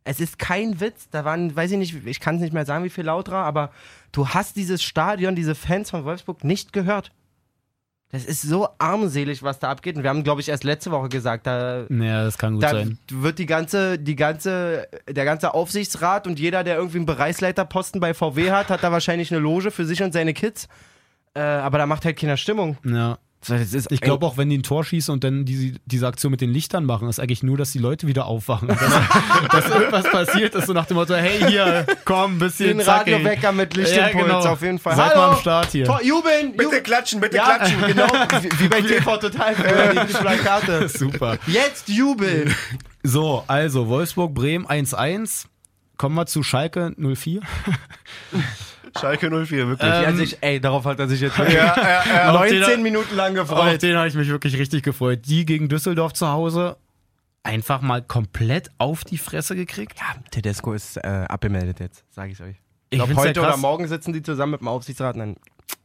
Speaker 1: Es ist kein Witz. Da waren, weiß ich nicht, ich kann es nicht mehr sagen, wie viel lauter, aber du hast dieses Stadion, diese Fans von Wolfsburg nicht gehört. Das ist so armselig, was da abgeht. Und wir haben, glaube ich, erst letzte Woche gesagt, da
Speaker 2: Naja, das kann gut
Speaker 1: da
Speaker 2: sein.
Speaker 1: wird die ganze, die ganze, der ganze Aufsichtsrat und jeder, der irgendwie einen Bereichsleiterposten bei VW hat, hat da wahrscheinlich eine Loge für sich und seine Kids. Äh, aber da macht halt keiner Stimmung.
Speaker 2: Ja.
Speaker 1: Das ist,
Speaker 2: Ich glaube auch, wenn die ein Tor schießen und dann diese, diese Aktion mit den Lichtern machen, ist eigentlich nur, dass die Leute wieder aufwachen. *laughs* Dass, dass irgendwas passiert ist, so nach dem Motto, hey, hier, komm, ein bisschen
Speaker 1: den
Speaker 2: zack, ey.
Speaker 1: Radiowecker mit Lichtimpuls
Speaker 2: Ja, genau.
Speaker 1: auf jeden Fall.
Speaker 2: Seid
Speaker 1: Hallo!
Speaker 2: mal am Start hier.
Speaker 1: Tor, jubeln!
Speaker 4: Bitte
Speaker 1: jubeln.
Speaker 4: klatschen, bitte
Speaker 1: Ja,
Speaker 4: klatschen.
Speaker 1: genau, wie, wie bei TV Total früher, die
Speaker 2: *laughs*
Speaker 1: Plakate.
Speaker 2: Super.
Speaker 1: Jetzt jubeln!
Speaker 2: So, also Wolfsburg, Bremen 1-1. Kommen wir zu Schalke 04.
Speaker 4: Schalke 04, wirklich. Ähm,
Speaker 1: also ich, ey, darauf hat er sich jetzt
Speaker 4: ja,
Speaker 1: *laughs*
Speaker 4: ja.
Speaker 1: 19 Minuten lang
Speaker 2: Auf
Speaker 1: gefreut.
Speaker 2: den habe ich mich wirklich richtig gefreut. Die gegen Düsseldorf zu Hause einfach mal komplett auf die Fresse gekriegt.
Speaker 1: Ja, Tedesco ist äh, abgemeldet jetzt, sage ich euch.
Speaker 2: Ich
Speaker 1: glaub,
Speaker 2: find's ja
Speaker 1: heute oder
Speaker 2: krass.
Speaker 1: morgen sitzen die zusammen mit dem Aufsichtsrat. Nein,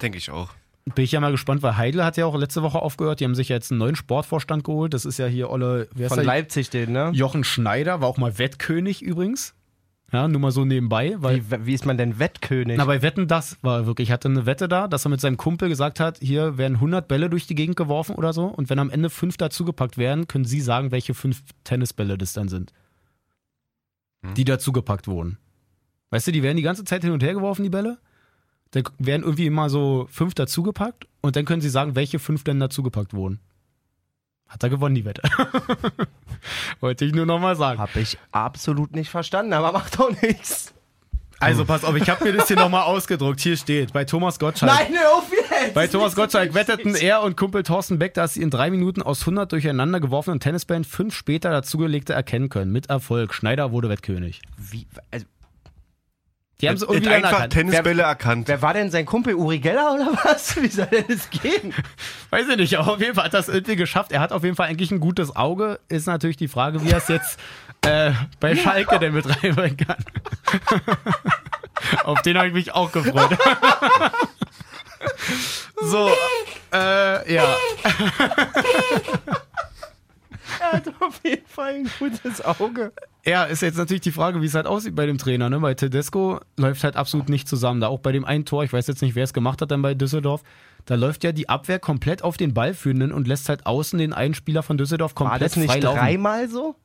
Speaker 4: Denke ich auch.
Speaker 2: Bin ich ja mal gespannt, weil Heidel hat ja auch letzte Woche aufgehört. Die haben sich ja jetzt einen neuen Sportvorstand geholt. Das ist ja hier Olle, wer
Speaker 1: von
Speaker 2: ist der?
Speaker 1: Leipzig den, ne?
Speaker 2: Jochen Schneider, war auch mal Wettkönig übrigens. Ja, nur mal so nebenbei, weil.
Speaker 1: Wie, wie ist man denn Wettkönig?
Speaker 2: Na, bei Wetten, das war wirklich, hatte eine Wette da, dass er mit seinem Kumpel gesagt hat, hier werden 100 Bälle durch die Gegend geworfen oder so und wenn am Ende fünf dazugepackt werden, können sie sagen, welche fünf Tennisbälle das dann sind. die dazugepackt wurden. Weißt du, die werden die ganze Zeit hin und her geworfen, die Bälle. Dann k- werden irgendwie immer so fünf dazugepackt und dann können sie sagen, welche fünf denn dazugepackt wurden. Hat er gewonnen, die Wette. *laughs* Wollte ich nur nochmal sagen.
Speaker 1: Hab ich absolut nicht verstanden, aber macht doch nichts.
Speaker 2: Also pass auf, ich habe mir das hier nochmal ausgedruckt. Hier steht, bei Thomas Gottschalk.
Speaker 1: Nein, hör auf jetzt!
Speaker 2: Bei Thomas Gottschalk wetteten er und Kumpel Thorsten Beck, dass sie in drei Minuten aus 100 durcheinander geworfenen Tennisbällen fünf später dazugelegte erkennen können. Mit Erfolg. Schneider wurde Wettkönig.
Speaker 1: Wie, also,
Speaker 2: Die haben sie
Speaker 4: Hat
Speaker 2: irgendwie dann
Speaker 4: einfach
Speaker 2: erkannt.
Speaker 4: Tennisbälle erkannt.
Speaker 1: wer war denn sein Kumpel Uri Geller oder was? *laughs* Wie soll denn das gehen?
Speaker 2: Weiß ich nicht, aber auf jeden Fall hat das irgendwie geschafft. Er hat auf jeden Fall eigentlich ein gutes Auge. Ist natürlich die Frage, wie er es jetzt äh, bei Schalke denn mit reinbringen kann. auf den habe ich mich auch gefreut. *laughs* so, äh, ja.
Speaker 1: Er hat auf jeden Fall ein gutes Auge.
Speaker 2: Ja, ist jetzt natürlich die Frage, wie es halt aussieht bei dem Trainer. Ne? Bei Tedesco läuft halt absolut nicht zusammen. Da auch bei dem einen Tor, ich weiß jetzt nicht, wer es gemacht hat, dann bei Düsseldorf, da läuft ja die Abwehr komplett auf den Ballführenden und lässt halt außen den einen Spieler von Düsseldorf
Speaker 1: War
Speaker 2: komplett
Speaker 1: das nicht
Speaker 2: frei laufen.
Speaker 1: dreimal so?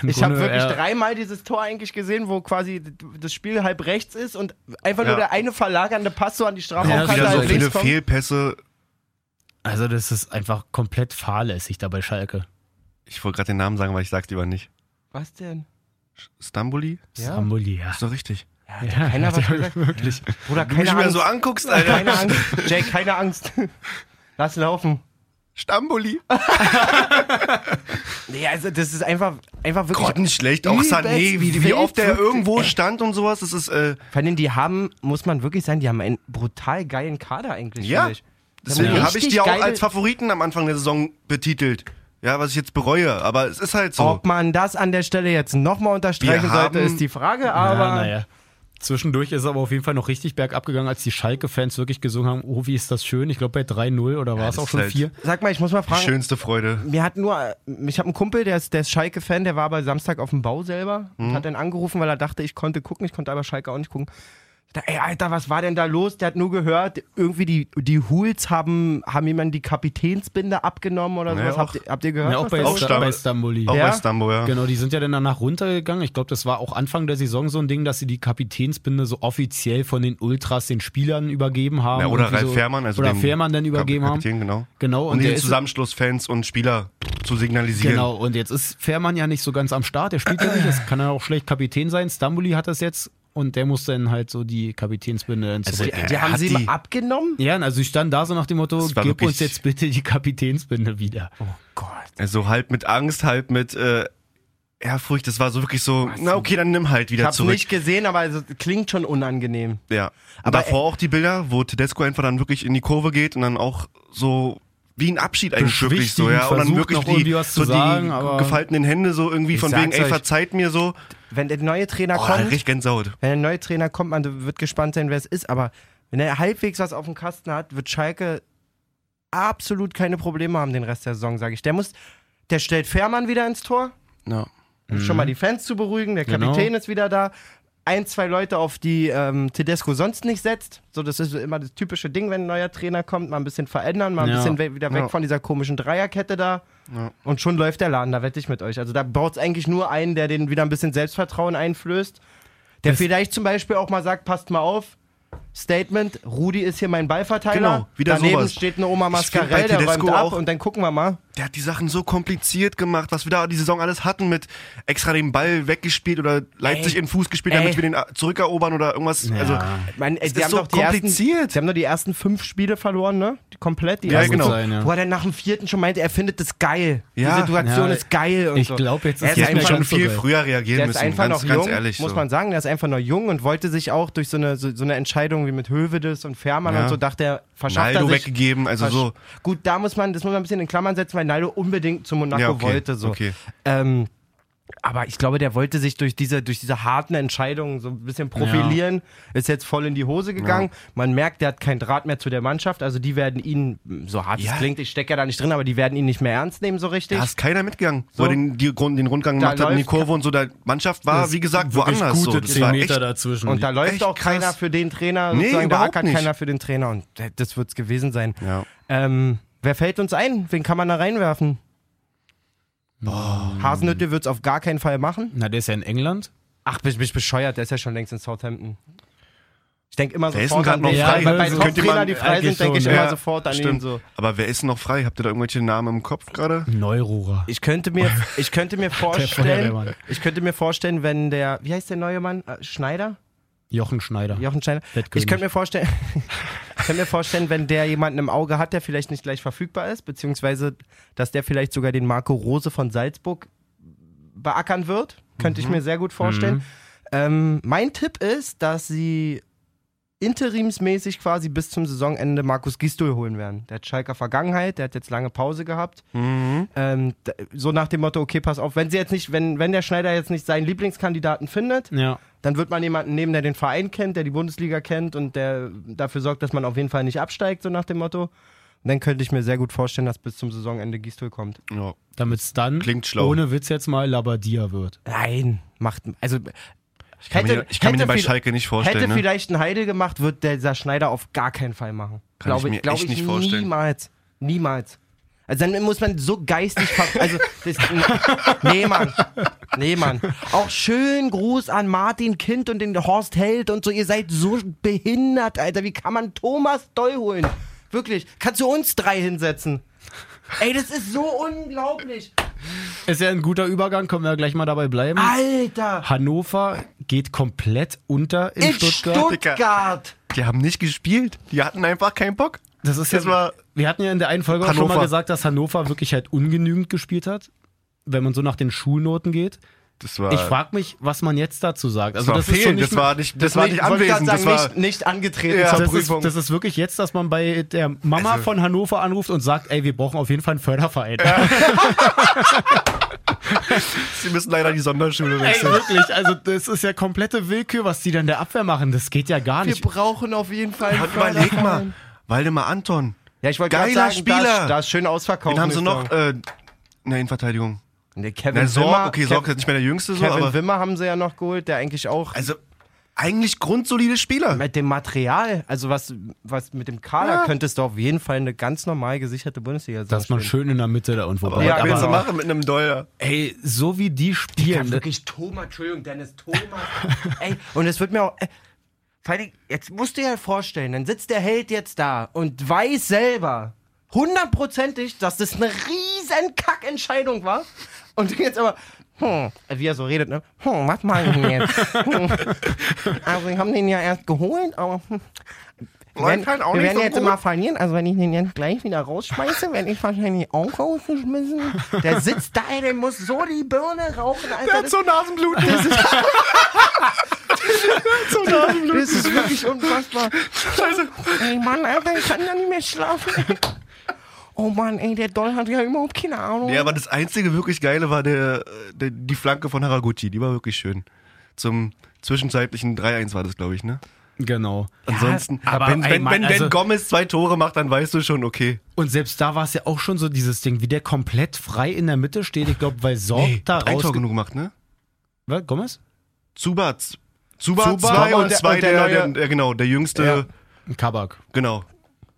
Speaker 2: Im
Speaker 1: Ich habe
Speaker 2: Grunde, äh,
Speaker 1: wirklich
Speaker 2: ja.
Speaker 1: dreimal dieses Tor eigentlich gesehen, wo quasi das Spiel halb rechts ist und einfach nur
Speaker 4: Ja.
Speaker 1: der eine verlagernde Pass so an die
Speaker 2: Ja,
Speaker 1: Strafraumkante
Speaker 4: wieder so
Speaker 1: halb
Speaker 4: viele
Speaker 1: links kommt.
Speaker 4: Fehlpässe.
Speaker 2: Also das ist einfach komplett fahrlässig da bei Schalke.
Speaker 4: Ich wollte gerade den Namen sagen, weil ich sag's lieber nicht.
Speaker 1: Was denn?
Speaker 4: Stambuli?
Speaker 1: Ja.
Speaker 2: Ambuli, ja.
Speaker 4: Ist doch richtig.
Speaker 2: ja. *laughs*
Speaker 1: Keiner was gesagt.
Speaker 2: wirklich.
Speaker 1: Bruder,
Speaker 4: Wenn
Speaker 1: keine
Speaker 4: du mich mir
Speaker 1: Angst.
Speaker 4: so anguckst, Alter.
Speaker 1: keine Angst. Jake, keine Angst. *laughs* Lass laufen.
Speaker 4: Stambuli.
Speaker 1: Nee, also das ist einfach, einfach wirklich.
Speaker 4: Gott, nicht schlecht. Auch
Speaker 1: Übelst
Speaker 4: Sané, wie, wie oft der
Speaker 1: wild,
Speaker 4: irgendwo stand und sowas. Das ist, äh,
Speaker 1: Vor allem, die haben, muss man wirklich sagen, die haben einen brutal geilen Kader eigentlich.
Speaker 4: Ja.
Speaker 1: finde Ich. Die haben
Speaker 4: deswegen habe
Speaker 1: richtig
Speaker 4: ich die auch
Speaker 1: geile-
Speaker 4: als Favoriten am Anfang der Saison betitelt. Ja, was ich jetzt bereue. Aber es ist halt so.
Speaker 2: Oh,
Speaker 1: Ob man das an der Stelle jetzt nochmal unterstreichen
Speaker 4: Wir
Speaker 1: sollte,
Speaker 4: haben-
Speaker 1: ist die Frage,
Speaker 2: Aber
Speaker 1: aber.
Speaker 2: ja, naja. Zwischendurch ist es aber auf jeden Fall noch richtig bergab gegangen, als die Schalke-Fans wirklich gesungen haben, oh, wie ist das schön. Ich glaube bei 3-0 oder war es
Speaker 4: das
Speaker 2: auch schon
Speaker 4: ist halt-
Speaker 2: 4.
Speaker 1: Sag mal, ich muss mal
Speaker 4: Die
Speaker 1: fragen.
Speaker 4: schönste Freude.
Speaker 1: Mir hat nur, ich habe einen Kumpel, der ist, der ist Schalke-Fan, der war aber Samstag auf dem Bau selber
Speaker 4: Mhm.
Speaker 1: und hat dann angerufen, weil er dachte, ich konnte gucken, ich konnte aber Schalke auch nicht gucken. Da, ey, Alter, was war denn da los? Der hat nur gehört, irgendwie die, die Hools haben, haben jemanden die Kapitänsbinde abgenommen oder
Speaker 4: Ja,
Speaker 1: sowas. habt,
Speaker 4: auch-
Speaker 1: ihr, habt ihr gehört?
Speaker 2: Ja, auch
Speaker 1: was
Speaker 2: bei,
Speaker 1: da
Speaker 4: auch
Speaker 1: los
Speaker 2: Sta-
Speaker 4: Stamm-
Speaker 2: bei Stamboli.
Speaker 4: Auch
Speaker 1: Ja?
Speaker 4: bei Stambo, ja.
Speaker 2: Genau, die sind ja dann danach runtergegangen. Ich glaube, das war auch Anfang der Saison so ein Ding, dass sie die Kapitänsbinde so offiziell von den Ultras den Spielern übergeben haben.
Speaker 4: Ja, oder
Speaker 2: Irgendwie
Speaker 4: Ralf
Speaker 2: so,
Speaker 4: Fährmann, also
Speaker 2: oder
Speaker 4: dem
Speaker 2: Fährmann dann
Speaker 4: Kap-
Speaker 2: übergeben haben.
Speaker 4: Kapitän, genau.
Speaker 2: Genau, und
Speaker 4: Und,
Speaker 2: der
Speaker 4: den
Speaker 2: ist-
Speaker 4: Zusammenschlussfans und Spieler zu signalisieren.
Speaker 2: Genau, und jetzt ist Fährmann ja nicht so ganz am Start. Der spielt ja nicht, es kann ja auch schlecht Kapitän sein. Stambuli hat das jetzt und der muss dann halt so die Kapitänsbinde dann
Speaker 4: Also,
Speaker 2: zurück.
Speaker 1: Die, die haben
Speaker 4: Hat
Speaker 1: sie
Speaker 4: die-
Speaker 1: mal abgenommen?
Speaker 2: ja, also ich stand da so nach dem Motto,
Speaker 4: Das war
Speaker 2: gib
Speaker 4: wirklich-
Speaker 2: uns jetzt bitte die Kapitänsbinde wieder.
Speaker 1: Gott.
Speaker 4: Also halb mit Angst, halb mit äh, Ehrfurcht. Das war so wirklich so, na okay, dann nimm halt
Speaker 1: Ich
Speaker 4: wieder
Speaker 1: hab's
Speaker 4: zurück.
Speaker 1: nicht gesehen, aber es klingt schon unangenehm.
Speaker 4: Ja.
Speaker 1: Aber
Speaker 4: Aber davor auch die Bilder, wo Tedesco einfach dann wirklich in die Kurve geht und dann auch so wie ein Abschied eigentlich wirklich so, ja. Und dann
Speaker 2: versucht
Speaker 4: wirklich
Speaker 2: noch irgendwie
Speaker 4: die,
Speaker 2: was zu
Speaker 4: so
Speaker 2: sagen, aber-
Speaker 4: die gefaltenen Hände so irgendwie
Speaker 1: Ich
Speaker 4: von wegen,
Speaker 1: sag's
Speaker 4: ey,
Speaker 1: euch.
Speaker 4: verzeiht mir so.
Speaker 1: Wenn der neue Trainer
Speaker 4: Oh,
Speaker 1: kommt,
Speaker 4: richtig Gänsehaut.
Speaker 1: Wenn der neue Trainer kommt, man wird gespannt sein, wer es ist, aber wenn er halbwegs was auf dem Kasten hat, wird Schalke absolut keine Probleme haben den Rest der Saison, sage ich. Der muss, der stellt Fährmann wieder ins Tor,
Speaker 4: Ja.
Speaker 1: um schon mal die Fans zu beruhigen, der
Speaker 2: Mhm. Genau.
Speaker 1: Kapitän ist wieder da, ein, zwei Leute, auf die ähm, Tedesco sonst nicht setzt, so das ist immer das typische Ding, wenn ein neuer Trainer kommt, mal ein bisschen verändern, mal ein
Speaker 2: Ja.
Speaker 1: bisschen we wieder weg
Speaker 4: Ja.
Speaker 1: von dieser komischen Dreierkette da
Speaker 4: Ja.
Speaker 1: und schon läuft der Laden, da wette ich mit euch. Also da braucht es eigentlich nur einen, der den wieder ein bisschen Selbstvertrauen einflößt. Der
Speaker 2: Das-
Speaker 1: vielleicht zum Beispiel auch mal sagt, passt mal auf. Statement, Rudi ist hier mein Ballverteiler.
Speaker 4: Genau, wieder
Speaker 1: Daneben
Speaker 4: sowas.
Speaker 1: steht eine Oma
Speaker 4: Ich find bei
Speaker 1: Mascarell, der
Speaker 4: Tedesco
Speaker 1: räumt ab
Speaker 4: auch-
Speaker 1: und dann gucken wir mal.
Speaker 4: Der hat die Sachen so kompliziert gemacht, was wir da die Saison alles hatten mit extra den Ball weggespielt oder Leipzig in den Fuß gespielt, damit
Speaker 1: Ey.
Speaker 4: wir den äh, zurückerobern oder irgendwas. Also
Speaker 1: Ich meine,
Speaker 4: Es
Speaker 1: die
Speaker 4: ist
Speaker 1: haben
Speaker 4: so
Speaker 1: doch die ersten,
Speaker 4: kompliziert.
Speaker 1: Sie haben nur die ersten fünf Spiele verloren, ne? Die komplett. Die
Speaker 4: Ja,
Speaker 1: ersten
Speaker 4: genau.
Speaker 1: fünf.
Speaker 2: Sein, ja.
Speaker 1: Wo er dann nach dem vierten schon meinte, er findet das geil.
Speaker 4: Ja.
Speaker 1: die Situation
Speaker 2: Ja,
Speaker 1: ist geil. Und
Speaker 2: ich
Speaker 1: so.
Speaker 2: glaub, jetzt
Speaker 1: Er
Speaker 2: ist
Speaker 4: die
Speaker 2: es
Speaker 4: hätten
Speaker 2: mir
Speaker 4: schon
Speaker 2: ganz so
Speaker 4: viel
Speaker 2: geil.
Speaker 4: früher reagieren
Speaker 1: Der ist
Speaker 4: müssen.
Speaker 1: einfach
Speaker 4: ganz,
Speaker 1: noch
Speaker 4: ganz
Speaker 1: jung,
Speaker 4: ehrlich.
Speaker 1: muss
Speaker 4: so.
Speaker 1: man sagen, der ist einfach noch jung und wollte sich auch durch so eine, so, so eine Entscheidung wie mit Hövedes und Fährmann
Speaker 4: Ja.
Speaker 1: und so, dachte er, verschafft
Speaker 4: Naldo
Speaker 1: er sich.
Speaker 4: weggegeben, also so.
Speaker 1: Gut, da muss man, das muss man ein bisschen in Klammern setzen, weil Naldo unbedingt zu Monaco
Speaker 4: Ja, okay,
Speaker 1: wollte. So.
Speaker 4: okay.
Speaker 1: Ähm, aber ich glaube, der wollte sich durch diese, durch diese harten Entscheidungen so ein bisschen profilieren, ist jetzt voll in die Hose gegangen. Man merkt, der hat keinen Draht mehr zu der Mannschaft, also die werden ihn, so hart es
Speaker 4: Ja.
Speaker 1: klingt, ich stecke ja da nicht drin, aber die werden ihn nicht mehr ernst nehmen so richtig.
Speaker 4: Da ist keiner mitgegangen, wo er den, die, Grund- den Rundgang
Speaker 1: Da
Speaker 4: gemacht hat in die
Speaker 1: läuft-
Speaker 4: Kurve und so. Der Mannschaft war, wie gesagt,
Speaker 2: Wirklich
Speaker 4: woanders.
Speaker 2: gute
Speaker 4: so. Das
Speaker 2: 10
Speaker 4: war
Speaker 2: Meter
Speaker 4: echt,
Speaker 2: dazwischen.
Speaker 1: Und da läuft
Speaker 4: Echt
Speaker 1: auch
Speaker 4: krass.
Speaker 1: keiner für den Trainer,
Speaker 4: Nee,
Speaker 1: sozusagen, da
Speaker 4: überhaupt
Speaker 1: ackert
Speaker 4: nicht.
Speaker 1: keiner für den Trainer und äh, das wird's gewesen sein.
Speaker 4: ja.
Speaker 1: Ähm, wer fällt uns ein? Wen kann man da reinwerfen? Hasenhütte wird's auf gar keinen Fall machen.
Speaker 2: Na, der ist ja in England.
Speaker 1: Ach, bin ich bescheuert, der ist ja schon längst in Southampton. Ich denke immer
Speaker 4: Wer ist
Speaker 1: sofort
Speaker 4: denn
Speaker 1: an
Speaker 4: grad
Speaker 1: den.
Speaker 4: noch frei?
Speaker 1: bei bei
Speaker 2: Also
Speaker 4: könnte
Speaker 1: Top-Trainern,
Speaker 4: man
Speaker 1: die frei
Speaker 2: eigentlich
Speaker 1: sind, denke ich
Speaker 2: schon,
Speaker 1: immer
Speaker 4: ja,
Speaker 1: sofort an ihn
Speaker 4: stimmt.
Speaker 1: so.
Speaker 4: Aber wer ist denn noch frei? Habt ihr da irgendwelche Namen im Kopf gerade?
Speaker 2: Neururer.
Speaker 1: Ich könnte
Speaker 4: *laughs*
Speaker 1: mir, ich könnte mir vorstellen,
Speaker 2: Feuerwehrmann.
Speaker 1: ich könnte mir vorstellen, wenn der, wie heißt der neue Mann? Äh, Schneider?
Speaker 2: Jochen Schneider.
Speaker 1: Jochen Schneider?
Speaker 2: Wettkönig.
Speaker 1: Ich könnte mir vorstellen, *laughs* ich könnte mir vorstellen, wenn der jemanden im Auge hat, der vielleicht nicht gleich verfügbar ist, beziehungsweise, dass der vielleicht sogar den Marco Rose von Salzburg beackern wird. Könnte ich mir sehr gut vorstellen. Ähm, mein Tipp ist, dass sie interimsmäßig quasi bis zum Saisonende Markus Gisdol holen werden. Der hat Schalker Vergangenheit, der hat jetzt lange Pause gehabt. Ähm, d- so nach dem Motto, okay, pass auf, wenn sie jetzt nicht, wenn, wenn der Schneider jetzt nicht seinen Lieblingskandidaten findet,
Speaker 2: Ja.
Speaker 1: dann wird man jemanden nehmen, der den Verein kennt, der die Bundesliga kennt und der dafür sorgt, dass man auf jeden Fall nicht absteigt, so nach dem Motto. Und dann könnte ich mir sehr gut vorstellen, dass bis zum Saisonende Gisdol kommt.
Speaker 4: Ja.
Speaker 2: Damit es dann
Speaker 4: Klingt schlau.
Speaker 2: ohne Witz jetzt mal Labadia wird.
Speaker 1: Nein, macht, also,
Speaker 4: Ich kann
Speaker 1: Hätte-
Speaker 4: mir, ich kann mir
Speaker 1: hätte
Speaker 4: den bei
Speaker 1: viel-
Speaker 4: Schalke nicht
Speaker 1: hätte
Speaker 4: vorstellen. Ne?
Speaker 1: vielleicht ein Heidel gemacht, wird dieser Schneider auf gar keinen Fall machen.
Speaker 4: Kann ich mir echt nicht vorstellen.
Speaker 1: Niemals. Niemals. Also dann muss man so geistig ver also das, *laughs* Nee, Mann. Nee, Mann. Auch schön Gruß an Martin Kind und den Horst Held und so. Ihr seid so behindert, Alter. Wie kann man Thomas Doll holen? Wirklich. Kannst du uns drei hinsetzen? Ey, das ist so unglaublich.
Speaker 2: Ist ja ein guter Übergang, können wir gleich mal dabei bleiben.
Speaker 1: Ah. Alter.
Speaker 2: Hannover geht komplett unter in,
Speaker 1: In
Speaker 2: Stuttgart.
Speaker 1: Stuttgart.
Speaker 4: Die haben nicht gespielt. Die hatten einfach keinen Bock.
Speaker 2: Das ist
Speaker 4: Das
Speaker 2: ja,
Speaker 4: war-
Speaker 2: wir hatten ja in der einen Folge auch schon
Speaker 4: Hannover.
Speaker 2: mal gesagt, dass Hannover wirklich halt ungenügend gespielt hat, wenn man so nach den Schulnoten geht.
Speaker 4: Das war.
Speaker 2: Ich frage mich, was man jetzt dazu sagt.
Speaker 4: das
Speaker 2: Also
Speaker 4: war
Speaker 2: das, ist schon
Speaker 4: fehlen.
Speaker 2: nicht
Speaker 4: Das war nicht, das war nicht
Speaker 1: wollte ich grad
Speaker 4: anwesend. Das
Speaker 1: sagen,
Speaker 4: war.
Speaker 1: nicht, nicht angetreten
Speaker 4: Ja.
Speaker 1: zur
Speaker 2: das ist,
Speaker 1: Prüfung.
Speaker 2: das ist wirklich jetzt, dass man bei der Mama
Speaker 4: Also-
Speaker 2: von Hannover anruft und sagt, ey, wir brauchen auf jeden Fall einen Förderverein.
Speaker 4: Sie müssen leider die Sonderschule
Speaker 2: Ey,
Speaker 4: wechseln.
Speaker 2: wirklich, also das ist ja komplette Willkür, was die dann der Abwehr machen. Das geht ja gar
Speaker 1: Wir
Speaker 2: nicht.
Speaker 1: brauchen auf jeden Fall. einen
Speaker 4: Und Halt überleg
Speaker 1: Förderverein.
Speaker 4: mal. Waldemar Anton.
Speaker 1: Ja, ich wollte gerade
Speaker 4: Geiler
Speaker 1: sagen, Da,
Speaker 4: Spieler.
Speaker 1: ist, da ist schön ausverkauft.
Speaker 4: Den haben sie
Speaker 1: nächste
Speaker 4: noch
Speaker 1: Woche.
Speaker 4: äh, in der Innenverteidigung.
Speaker 1: Nee, Kevin
Speaker 4: Na, Sorg,
Speaker 1: Wimmer,
Speaker 4: okay,
Speaker 1: Kev-
Speaker 4: Sorg ist jetzt nicht mehr der Jüngste, so,
Speaker 1: Kevin
Speaker 4: aber.
Speaker 1: Wimmer haben sie ja noch geholt, der eigentlich auch
Speaker 4: Also, eigentlich grundsolide Spieler.
Speaker 1: mit dem Material, also was, was mit dem Kader
Speaker 4: Ja.
Speaker 1: könntest du auf jeden Fall eine ganz normal gesicherte Bundesliga
Speaker 2: Dass man schön in der Mitte da irgendwo
Speaker 4: Aber genau.
Speaker 2: bleibt.
Speaker 1: Ja,
Speaker 4: was willst du
Speaker 1: aber-
Speaker 4: machen mit einem Dollar?
Speaker 2: Ey, so wie die spielen, ne?
Speaker 1: wirklich Thomas, Entschuldigung, Dennis Thomas. Ey, und es wird mir auch. Äh, vor allem, jetzt musst du dir ja vorstellen, dann sitzt der Held jetzt da und weiß selber hundertprozentig, dass das eine riesen Kackentscheidung war. Und jetzt aber. Hm, wie er so redet, ne? Hm, was mache ich denn jetzt? Hm. Also, wir haben den ja erst geholt, aber hm, wir werden,
Speaker 4: halt auch
Speaker 1: wir
Speaker 4: nicht
Speaker 1: werden
Speaker 4: so
Speaker 1: jetzt
Speaker 4: gut.
Speaker 1: immer verlieren. Also wenn ich den jetzt gleich wieder rausschmeiße, werde ich wahrscheinlich auch rausgeschmissen. Der sitzt da, ey, der muss so die Birne rauchen, Alter. Das,
Speaker 4: Nasenbluten.
Speaker 1: *laughs* das, ist, das ist wirklich unfassbar.
Speaker 4: Scheiße.
Speaker 1: Ey Mann, Alter, ich kann ja nicht mehr schlafen. ey. Oh Mann, ey, der Doll hat ja überhaupt keine Ahnung.
Speaker 4: Ja, aber das einzige wirklich Geile war der, äh, der, die Flanke von Haraguchi. Die war wirklich schön. Zum zwischenzeitlichen 3-1 war das, glaube ich, ne?
Speaker 2: Genau.
Speaker 4: Ansonsten,
Speaker 2: aber,
Speaker 4: wenn,
Speaker 2: ey,
Speaker 4: wenn,
Speaker 2: Mann,
Speaker 4: wenn,
Speaker 2: also-
Speaker 4: wenn Gomez zwei Tore macht, dann weißt du schon, okay.
Speaker 2: Und selbst da war es ja auch schon so dieses Ding, wie der komplett frei in der Mitte steht. Ich glaube, weil Sorg da
Speaker 4: ein
Speaker 2: raus...
Speaker 4: Tor genug gemacht, ne?
Speaker 2: Was, Gomez?
Speaker 4: Zuba, z- Zuba,
Speaker 1: Zuba
Speaker 4: zwei
Speaker 1: und
Speaker 4: und
Speaker 1: der-
Speaker 4: zwei,
Speaker 1: und der
Speaker 4: der, der,
Speaker 1: neue-
Speaker 4: der, genau, der jüngste,
Speaker 1: Ja.
Speaker 2: Kabak.
Speaker 4: genau.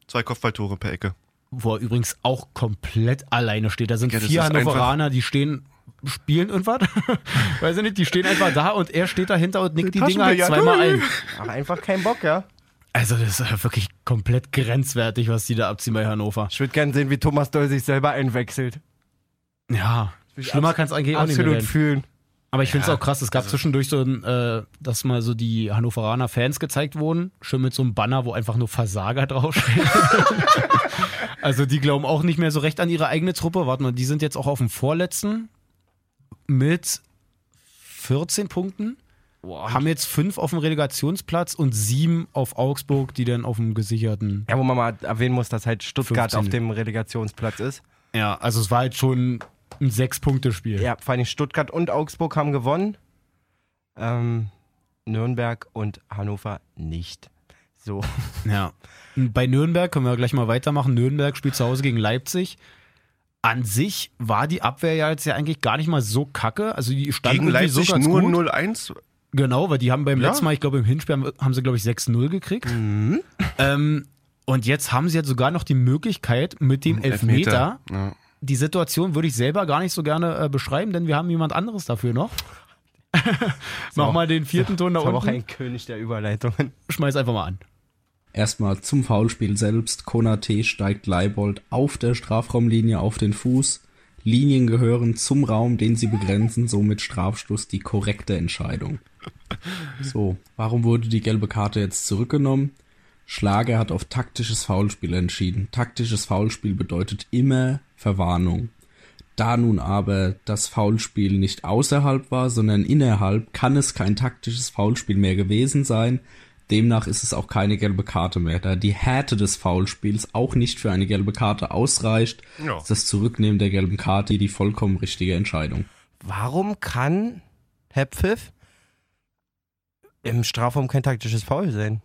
Speaker 4: Zwei Kopfballtore per Ecke.
Speaker 2: Wo er übrigens auch komplett alleine steht. Da sind
Speaker 4: Ja, das
Speaker 2: vier
Speaker 4: ist
Speaker 2: Hannoveraner, die stehen... Spielen und was? *laughs* Weiß ich nicht, die stehen einfach da und er steht dahinter und nickt die Dinger halt
Speaker 4: Taschenbillard.
Speaker 2: zweimal ein.
Speaker 1: Ach, einfach kein Bock, ja.
Speaker 2: Also, das ist ja wirklich komplett grenzwertig, was die da abziehen bei Hannover.
Speaker 1: Ich würde gerne sehen, wie Thomas Doll sich selber einwechselt.
Speaker 2: Ja, schlimmer kann es eigentlich auch nicht mehr
Speaker 1: Absolut
Speaker 2: werden.
Speaker 1: fühlen.
Speaker 2: Aber ich finde es auch krass, es gab zwischendurch so ein, äh, dass mal so die Hannoveraner Fans gezeigt wurden, schön mit so einem Banner, wo einfach nur Versager *laughs* draufsteht. also die glauben auch nicht mehr so recht an ihre eigene Truppe. Warte mal, die sind jetzt auch auf dem vorletzten mit 14 Punkten. Haben jetzt fünf auf dem Relegationsplatz und sieben auf Augsburg, die dann auf dem gesicherten
Speaker 1: Ja, wo man mal erwähnen muss, dass halt Stuttgart
Speaker 2: 15.
Speaker 1: auf dem Relegationsplatz ist.
Speaker 2: Ja, also es war halt schon ein Sechs-Punkte-Spiel.
Speaker 1: Ja, vor allem Stuttgart und Augsburg haben gewonnen. Ähm, Nürnberg und Hannover nicht. So. *laughs*
Speaker 2: Ja. Bei Nürnberg können wir gleich mal weitermachen. Nürnberg spielt zu Hause gegen Leipzig. An sich war die Abwehr ja jetzt ja eigentlich gar nicht mal so kacke. Also die standen
Speaker 4: Gegen
Speaker 2: irgendwie
Speaker 4: Leipzig
Speaker 2: so ganz
Speaker 4: nur
Speaker 2: gut.
Speaker 4: 0-1.
Speaker 2: Genau, weil die haben beim
Speaker 4: Ja. Mhm.
Speaker 2: letzten Mal, ich glaube im Hinspiel haben, haben sie glaube ich 6-0 gekriegt. Ähm, und jetzt haben sie jetzt sogar noch die Möglichkeit mit dem Elfmeter.
Speaker 4: Hm, Ja.
Speaker 2: Die Situation würde ich selber gar nicht so gerne äh, beschreiben, denn wir haben jemand anderes dafür noch. *laughs* Mach mal den vierten
Speaker 4: *laughs*
Speaker 2: Ton da
Speaker 1: Ich war auch
Speaker 2: unten.
Speaker 1: ein König der Überleitungen.
Speaker 2: Schmeiß einfach mal an.
Speaker 5: Erstmal zum Foulspiel selbst. Konate steigt Leibold auf der Strafraumlinie auf den Fuß. Linien gehören zum Raum, den sie begrenzen, somit Strafschluss die korrekte Entscheidung. So, warum wurde die gelbe Karte jetzt zurückgenommen? Schlager hat auf taktisches Foulspiel entschieden. Taktisches Foulspiel bedeutet immer Verwarnung. Da nun aber das Foulspiel nicht außerhalb war, sondern innerhalb, kann es kein taktisches Foulspiel mehr gewesen sein. Demnach ist es auch keine gelbe Karte mehr, da die Härte des Foulspiels auch nicht für eine gelbe Karte ausreicht.
Speaker 4: Ja.
Speaker 5: Ist das Zurücknehmen der gelben Karte die vollkommen richtige Entscheidung.
Speaker 1: Warum kann Hepfiff im Strafraum kein taktisches Foul sein?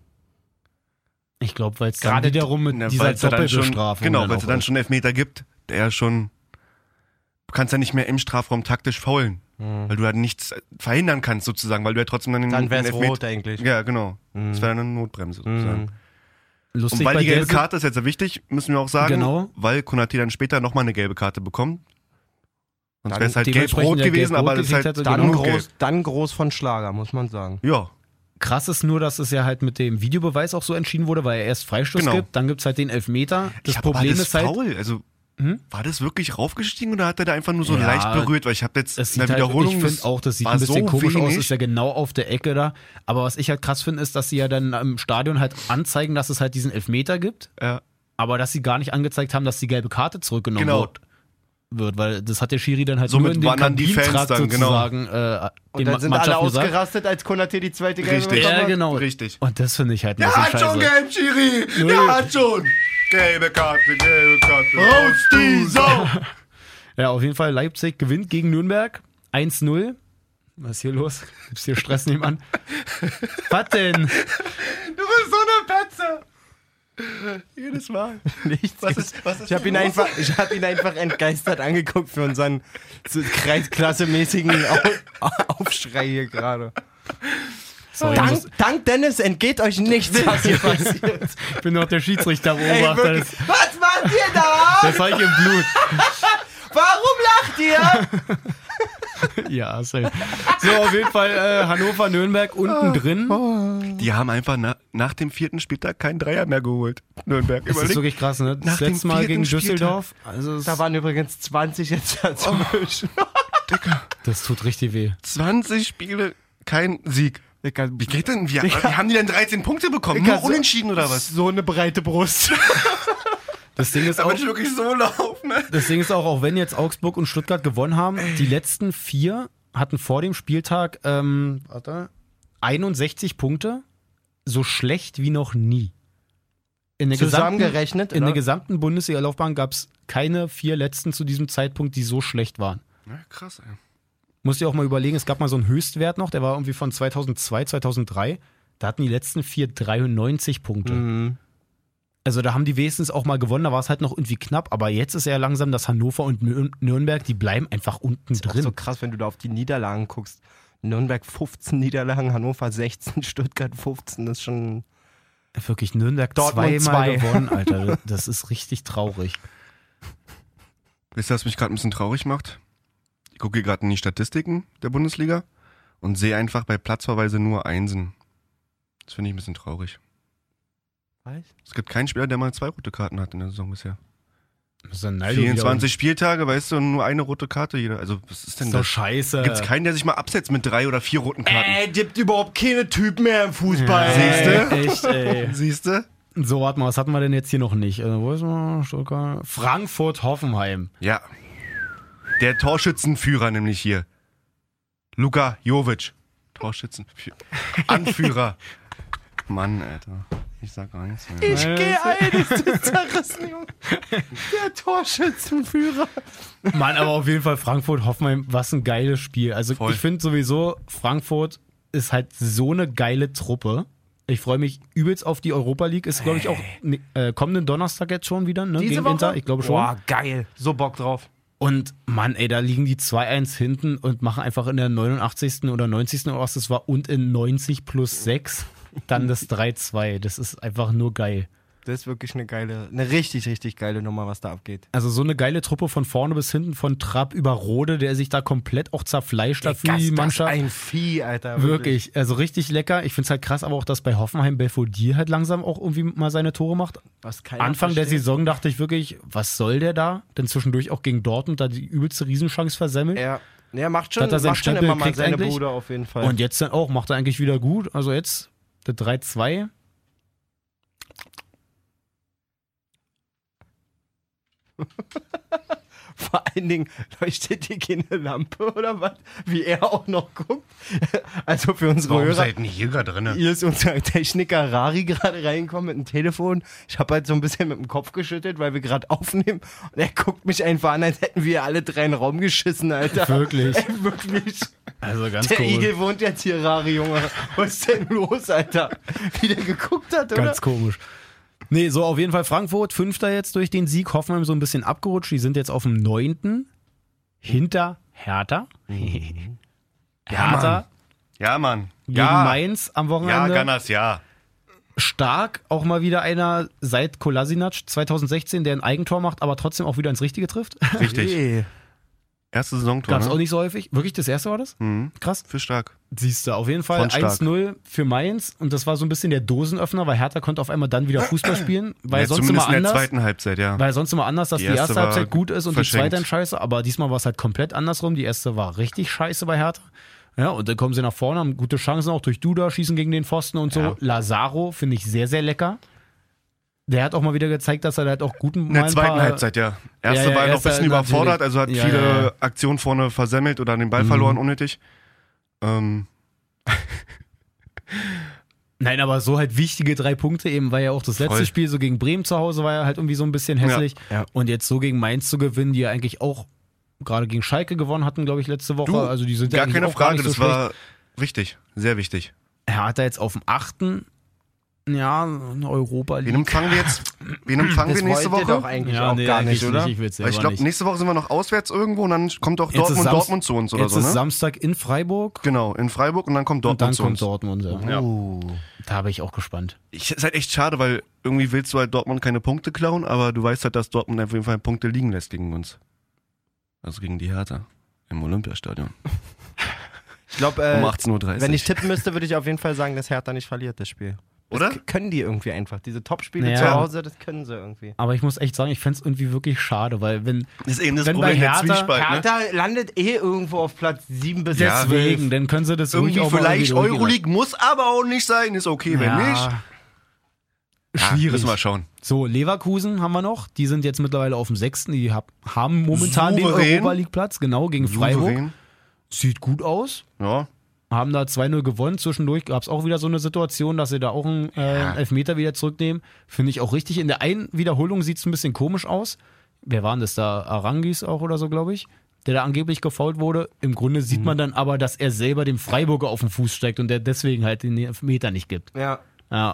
Speaker 2: Ich glaube, weil es
Speaker 4: Gerade
Speaker 2: gerade wiederum mit
Speaker 4: Ne,
Speaker 2: dieser
Speaker 4: weil's ja dann schon-
Speaker 2: Doppelbestrafung
Speaker 4: Genau,
Speaker 2: dann
Speaker 4: weil es
Speaker 2: auch
Speaker 4: dann
Speaker 2: ist.
Speaker 4: schon Elfmeter gibt, der schon. Du kannst ja nicht mehr im Strafraum taktisch faulen,
Speaker 2: Mhm.
Speaker 4: weil du ja nichts verhindern kannst, sozusagen, weil du ja trotzdem dann den
Speaker 1: Dann wäre
Speaker 4: den
Speaker 1: es
Speaker 4: Elfmeter-
Speaker 1: rot eigentlich. Hm,
Speaker 4: Ja, genau. Das
Speaker 2: Mhm.
Speaker 4: wäre dann eine Notbremse, sozusagen.
Speaker 2: Lustig
Speaker 4: Und weil
Speaker 2: bei
Speaker 4: die gelbe
Speaker 2: der-
Speaker 4: Karte ist jetzt sehr wichtig, müssen wir auch sagen,
Speaker 2: Genau.
Speaker 4: weil Konati dann später nochmal eine gelbe Karte bekommt. Sonst
Speaker 1: Dann
Speaker 4: wäre es halt gelb-rot
Speaker 2: dementsprechend ja
Speaker 4: gewesen,
Speaker 2: gelb-rot
Speaker 4: aber das ist halt
Speaker 2: gekriegt hätte,
Speaker 4: dann
Speaker 1: Dann,
Speaker 2: genau.
Speaker 4: nur gelb.
Speaker 1: groß, dann groß von Schlager, muss man sagen.
Speaker 4: Ja,
Speaker 2: Krass ist nur, dass es ja halt mit dem Videobeweis auch so entschieden wurde, weil er erst Freistoß
Speaker 4: Genau.
Speaker 2: gibt, dann gibt es halt den Elfmeter. Das
Speaker 4: Ich hab-
Speaker 2: Problem
Speaker 4: war das
Speaker 2: ist halt,
Speaker 4: faul. Also, war das wirklich raufgestiegen oder hat er da einfach nur so
Speaker 2: Ja,
Speaker 4: leicht berührt? Weil ich habe jetzt
Speaker 2: es
Speaker 4: in
Speaker 2: sieht
Speaker 4: der
Speaker 2: halt,
Speaker 4: Wiederholung.
Speaker 2: ich finde auch, das sieht
Speaker 4: war
Speaker 2: ein bisschen
Speaker 4: so
Speaker 2: komisch aus,
Speaker 4: wenig.
Speaker 2: ist ja genau auf der Ecke da. Aber was ich halt krass finde, ist, dass sie ja dann im Stadion halt anzeigen, dass es halt diesen Elfmeter gibt,
Speaker 4: Ja.
Speaker 2: aber dass sie gar nicht angezeigt haben, dass die gelbe Karte zurückgenommen
Speaker 4: Genau.
Speaker 2: wird. Wird, weil das hat der Schiri dann halt
Speaker 4: Somit
Speaker 2: nur in
Speaker 4: waren
Speaker 2: dem
Speaker 4: dann die Fans
Speaker 2: Kabinentrakt
Speaker 4: dann, genau.
Speaker 2: sozusagen äh,
Speaker 1: Und
Speaker 2: den
Speaker 1: dann sind alle
Speaker 2: Mannschaften gesagt.
Speaker 1: ausgerastet, als Konate die zweite Gelbe
Speaker 4: Richtig.
Speaker 1: bekommen
Speaker 2: Ja,
Speaker 1: hat.
Speaker 2: genau.
Speaker 4: Richtig.
Speaker 2: Und das finde ich halt ein
Speaker 4: Der
Speaker 2: bisschen
Speaker 4: hat
Speaker 2: scheiße.
Speaker 4: schon gelb, Schiri! Der hat schon! Gelbe Karte, gelbe Karte. Raus die Sau!
Speaker 2: Ja, auf jeden Fall, Leipzig gewinnt gegen Nürnberg 1-0. Was ist hier los? Gibt's hier Stress
Speaker 1: *laughs*
Speaker 2: nebenan? Was denn?
Speaker 4: Du bist so eine Petze! Jedes Mal.
Speaker 1: Nichts.
Speaker 4: Was ist- was ist
Speaker 1: ich habe
Speaker 4: denn
Speaker 1: ihn,
Speaker 4: los?
Speaker 1: einfach- ich hab ihn einfach entgeistert angeguckt für unseren so kreisklasse-mäßigen Au *laughs* Aufschrei hier gerade.
Speaker 2: Sorry, ich, muss,
Speaker 1: Dank, dank Dennis entgeht
Speaker 2: *laughs*
Speaker 1: euch nichts, was hier passiert.
Speaker 2: ich bin doch der Schiedsrichter,
Speaker 1: Ey,
Speaker 2: Beobachter.
Speaker 1: wirklich.
Speaker 2: Das,
Speaker 1: was macht ihr da?
Speaker 2: das habe ich im Blut.
Speaker 1: Warum lacht ihr?
Speaker 2: Ja, sorry. So, auf jeden Fall äh, Hannover, Nürnberg
Speaker 1: Ah.
Speaker 2: unten
Speaker 1: Oh,
Speaker 2: drin.
Speaker 4: Die haben einfach na, nach dem vierten Spieltag keinen Dreier mehr geholt. Nürnberg,
Speaker 2: Das ist
Speaker 4: überleg.
Speaker 2: wirklich krass, ne?
Speaker 4: Nach
Speaker 2: Das
Speaker 4: dem
Speaker 2: letzte Mal gegen
Speaker 4: vierten
Speaker 2: Düsseldorf. Also, es-
Speaker 1: Da waren übrigens 20 jetzt dazwischen.
Speaker 2: das tut richtig weh.
Speaker 4: 20 Spiele, kein Sieg. Wie geht denn? Wie, wie haben die denn 13 Punkte bekommen?
Speaker 1: Digga,
Speaker 4: Nur
Speaker 1: so-
Speaker 4: unentschieden oder was?
Speaker 1: So eine breite Brust.
Speaker 2: Das Ding ist
Speaker 4: Da
Speaker 2: auch,
Speaker 4: würde ich wirklich so laufen. ne?
Speaker 2: Das Ding ist auch, auch wenn jetzt Augsburg und Stuttgart gewonnen haben, die letzten vier hatten vor dem Spieltag ähm, warte, 61 Punkte, so schlecht wie noch nie. In der gesamten,
Speaker 1: Zusammengerechnet,
Speaker 2: in
Speaker 1: oder?
Speaker 2: der gesamten Bundesliga-Laufbahn gab es keine vier letzten zu diesem Zeitpunkt, die so schlecht waren.
Speaker 4: Na, krass, ey.
Speaker 2: Muss ich auch mal überlegen, es gab mal so einen Höchstwert noch, der war irgendwie von 2002, 2003. Da hatten die letzten vier 93 Punkte.
Speaker 1: Mhm.
Speaker 2: Also da haben die wenigstens auch mal gewonnen, da war es halt noch irgendwie knapp. Aber jetzt ist ja langsam, dass Hannover und Nür- Nürnberg, die bleiben einfach unten
Speaker 1: Auch so
Speaker 2: drin.
Speaker 1: krass, wenn du da auf die Niederlagen guckst. Nürnberg 15 Niederlagen, Hannover 16, Stuttgart 15. Das ist schon
Speaker 2: Wirklich, Nürnberg
Speaker 1: Dortmund
Speaker 2: zweimal
Speaker 1: zwei. *laughs*
Speaker 2: gewonnen, Alter. Das ist richtig traurig.
Speaker 4: Wisst ihr, was mich gerade ein bisschen traurig macht? Ich gucke hier gerade in die Statistiken der Bundesliga und sehe einfach bei Platzverweise nur Einsen. Das finde ich ein bisschen traurig. Es gibt keinen Spieler, der mal zwei rote Karten hat in der Saison bisher.
Speaker 2: Das ist ein Neido wieder.
Speaker 4: 24 Spieltage, weißt du, und nur eine rote Karte jeder. Also, was ist
Speaker 2: Das
Speaker 4: denn
Speaker 2: ist doch
Speaker 4: das?
Speaker 2: scheiße.
Speaker 4: Gibt's keinen, der sich mal absetzt mit drei oder vier roten Karten?
Speaker 1: gibt überhaupt keine Typen mehr im Fußball.
Speaker 2: Ey, Echt, ey.
Speaker 4: Siehst du?
Speaker 2: So, warte mal, was hatten wir denn jetzt hier noch nicht? Äh, wo ist man? Stuttgart? Frankfurt-Hoffenheim.
Speaker 4: Ja. Der Torschützenführer nämlich hier. Luka Jovic. Torschützenführer.
Speaker 2: *laughs*
Speaker 4: Anführer. Mann, Alter. Ich sag gar nichts
Speaker 2: Äh,
Speaker 4: mehr.
Speaker 1: Ich gehe ein, ich bin zerrissen, Junge. Der Torschützenführer.
Speaker 2: Mann, aber auf jeden Fall Frankfurt, Hoffenheim, was ein geiles Spiel. Also
Speaker 4: Voll.
Speaker 2: ich finde sowieso, Frankfurt ist halt so eine geile Truppe. Ich freue mich übelst auf die Europa League. Ist, glaube ich, auch ne- äh, kommenden Donnerstag jetzt schon wieder, ne? Gegen Inter, ich glaube schon.
Speaker 1: Boah, geil. So Bock drauf.
Speaker 2: Und Mann, ey, da liegen die 2-1 hinten und machen einfach in der 89. oder 90. oder was das war und in 90 plus 6 dann das 3-2. Das ist einfach nur geil.
Speaker 1: Das ist wirklich eine geile, eine richtig, richtig geile Nummer, was da abgeht.
Speaker 2: Also so eine geile Truppe von vorne bis hinten, von Trapp über Rode, der sich da komplett auch zerfleischt hat für
Speaker 1: Gas,
Speaker 2: die
Speaker 1: das
Speaker 2: Mannschaft.
Speaker 1: Ein Vieh, Alter.
Speaker 2: Wirklich, also richtig lecker. Ich finde es halt krass, aber auch, dass bei Hoffenheim Belfodil halt langsam auch irgendwie mal seine Tore macht.
Speaker 1: Was keiner
Speaker 2: Anfang der
Speaker 1: versteht.
Speaker 2: Saison dachte ich wirklich, was soll der da? Denn zwischendurch auch gegen Dortmund da die übelste Riesenchance versammelt.
Speaker 1: Ja. Ja, macht schon,
Speaker 2: Hat er seinen
Speaker 1: macht schon
Speaker 2: Stempel
Speaker 1: immer mal
Speaker 2: gekriegt
Speaker 1: seine
Speaker 2: eigentlich?
Speaker 1: Bude auf jeden Fall.
Speaker 2: Und jetzt dann auch, macht er eigentlich wieder gut. Also jetzt der 3-2.
Speaker 1: Vor allen Dingen leuchtet hier keine Lampe oder was? Wie er auch noch guckt. Also für unsere
Speaker 4: Warum
Speaker 1: Hörer.
Speaker 4: seid denn hier gerade drinne?
Speaker 1: Hier ist unser Techniker Rari gerade reingekommen mit dem Telefon. Ich habe halt so ein bisschen mit dem Kopf geschüttelt, weil wir gerade aufnehmen. Und er guckt mich einfach an, als hätten wir alle drei in den Raum geschissen, Alter.
Speaker 2: Wirklich.
Speaker 1: Ey, wirklich.
Speaker 2: Also ganz
Speaker 1: Der
Speaker 2: komisch.
Speaker 1: Igel wohnt jetzt hier, Rari, Junge. Was ist denn los, Alter? Wie der geguckt hat, oder?
Speaker 2: Ganz komisch. Nee, so auf jeden Fall Frankfurt, Fünfter jetzt durch den Sieg. Hoffenheim so ein bisschen abgerutscht. Die sind jetzt auf dem Neunten. Hinter Hertha. Hertha
Speaker 4: Ja, Mann.
Speaker 2: gegen
Speaker 4: ja.
Speaker 2: Mainz am
Speaker 4: Ja,
Speaker 2: Wochenende.
Speaker 4: Gunners, ja.
Speaker 2: Stark, auch mal wieder einer seit Kolasinac 2016, der ein Eigentor macht, aber trotzdem auch wieder ins Richtige trifft. *laughs*
Speaker 4: Richtig.
Speaker 1: Ey,
Speaker 4: Erste Saisontor,
Speaker 2: Gab's auch
Speaker 4: ne?
Speaker 2: nicht so häufig. Wirklich, das erste war das?
Speaker 4: Mhm.
Speaker 2: Krass.
Speaker 4: Für stark.
Speaker 2: Siehst du, auf jeden Fall
Speaker 4: Von stark.
Speaker 2: 1-0 für Mainz und das war so ein bisschen der Dosenöffner, weil Hertha konnte auf einmal dann wieder
Speaker 4: *clears throat*
Speaker 2: Fußball spielen, weil
Speaker 4: ja,
Speaker 2: sonst
Speaker 4: zumindest
Speaker 2: immer
Speaker 4: in der
Speaker 2: anders,
Speaker 4: zweiten Halbzeit, ja.
Speaker 2: weil sonst immer anders, dass die
Speaker 4: Die
Speaker 2: erste,
Speaker 4: erste war
Speaker 2: Halbzeit gut ist und die
Speaker 4: verschenkt.
Speaker 2: zweite dann scheiße, aber diesmal war es halt komplett andersrum, die erste war richtig scheiße bei Hertha. Ja, und dann kommen sie nach vorne, haben gute Chancen auch durch Duda, schießen gegen den Pfosten und so.
Speaker 4: Ja.
Speaker 2: Lazaro finde ich sehr, sehr lecker. Der hat auch mal wieder gezeigt, dass er halt auch guten
Speaker 4: In der
Speaker 2: mal ein
Speaker 4: zweiten
Speaker 2: paar-
Speaker 4: Halbzeit, ja. Erste
Speaker 2: Ja, ja,
Speaker 4: war noch ein
Speaker 2: erste
Speaker 4: bisschen
Speaker 2: natürlich.
Speaker 4: überfordert, also hat
Speaker 2: Ja,
Speaker 4: viele
Speaker 2: ja, Mhm. ja.
Speaker 4: Aktionen vorne versemmelt oder den Ball verloren, unnötig. Ähm,
Speaker 2: Nein, aber so halt wichtige drei Punkte eben, war ja auch das letzte
Speaker 4: Voll.
Speaker 2: Spiel so gegen Bremen zu Hause war ja halt irgendwie so ein bisschen hässlich.
Speaker 1: ja.
Speaker 2: Und jetzt so gegen Mainz zu gewinnen, die ja eigentlich auch gerade gegen Schalke gewonnen hatten, glaube ich, letzte Woche.
Speaker 4: Du,
Speaker 2: also die sind ja
Speaker 4: gar
Speaker 2: eigentlich
Speaker 4: keine
Speaker 2: auch gar nicht
Speaker 4: Frage,
Speaker 2: so
Speaker 4: das
Speaker 2: schlecht.
Speaker 4: war wichtig, sehr wichtig.
Speaker 2: Er hat da jetzt auf dem achten, ja, in Europa
Speaker 4: Wen
Speaker 2: League.
Speaker 4: empfangen wir jetzt? Wen
Speaker 2: Hm,
Speaker 4: empfangen
Speaker 1: das
Speaker 4: wir nächste
Speaker 1: wollt ihr doch
Speaker 4: Woche?
Speaker 1: eigentlich
Speaker 2: Ja,
Speaker 1: auch
Speaker 2: nee,
Speaker 1: gar
Speaker 2: eigentlich
Speaker 1: nicht, oder?
Speaker 2: Ich will's
Speaker 4: Weil
Speaker 2: selber
Speaker 4: ich glaube,
Speaker 2: nicht.
Speaker 4: nächste Woche sind wir noch auswärts irgendwo und dann kommt auch
Speaker 2: Jetzt ist
Speaker 4: Dortmund,
Speaker 2: Samst-
Speaker 4: Dortmund zu uns oder
Speaker 2: jetzt
Speaker 4: so,
Speaker 2: ist
Speaker 4: ne?
Speaker 2: Samstag in Freiburg
Speaker 4: Genau, in Freiburg und dann kommt
Speaker 2: und dann kommt
Speaker 4: Dortmund zu uns.
Speaker 2: Dortmund. Ja.
Speaker 4: Ja.
Speaker 1: Uh.
Speaker 2: Da bin ich auch gespannt.
Speaker 4: Ich, ist halt echt schade, weil irgendwie willst du halt Dortmund keine Punkte klauen, aber du weißt halt, dass Dortmund auf jeden Fall Punkte liegen lässt gegen uns. Also gegen die Hertha im Olympiastadion.
Speaker 1: Ich glaube,
Speaker 4: Um
Speaker 1: äh,
Speaker 4: 18.30 Uhr.
Speaker 1: wenn ich tippen müsste, würde ich auf jeden Fall sagen, dass Hertha nicht verliert, das Spiel. Das
Speaker 4: Oder?
Speaker 1: k- Können die irgendwie einfach. Diese Top-Spiele
Speaker 2: Naja.
Speaker 1: zu Hause, das können sie irgendwie.
Speaker 2: Aber ich muss echt sagen, ich fände es irgendwie wirklich schade, weil wenn
Speaker 4: Das ist eben das
Speaker 2: Wenn bei
Speaker 4: Problem der
Speaker 2: Hertha-
Speaker 4: Zwiespalt, ne?
Speaker 1: Hertha landet eh irgendwo auf Platz 7 bis
Speaker 4: Ja,
Speaker 1: 12.
Speaker 2: deswegen, dann können sie das ruhig
Speaker 4: Irgendwie
Speaker 2: auch mal
Speaker 4: vielleicht
Speaker 2: irgendwie durchgehen
Speaker 4: Euroleague muss aber auch nicht sein, ist okay, wenn nicht.
Speaker 2: Ja. Schwierig.
Speaker 4: müssen wir schauen.
Speaker 2: So, Leverkusen haben wir noch. Die sind jetzt mittlerweile auf dem sechsten. Die hab, haben momentan den
Speaker 4: Souverän.
Speaker 2: Europa League Platz, genau, gegen Freiburg.
Speaker 4: Souverän.
Speaker 2: Sieht gut aus.
Speaker 4: Ja.
Speaker 2: Haben da 2-0 gewonnen. Zwischendurch gab es auch wieder so eine Situation, dass sie da auch einen äh, Elfmeter wieder zurücknehmen. Finde ich auch richtig. In der einen Wiederholung sieht es ein bisschen komisch aus. Wer waren das da? Arangis auch oder so, glaube ich. Der da angeblich gefault wurde. Im Grunde sieht man dann aber, dass er selber dem Freiburger auf den Fuß steckt und der deswegen halt den Elfmeter nicht gibt.
Speaker 1: Ja.
Speaker 2: Ja.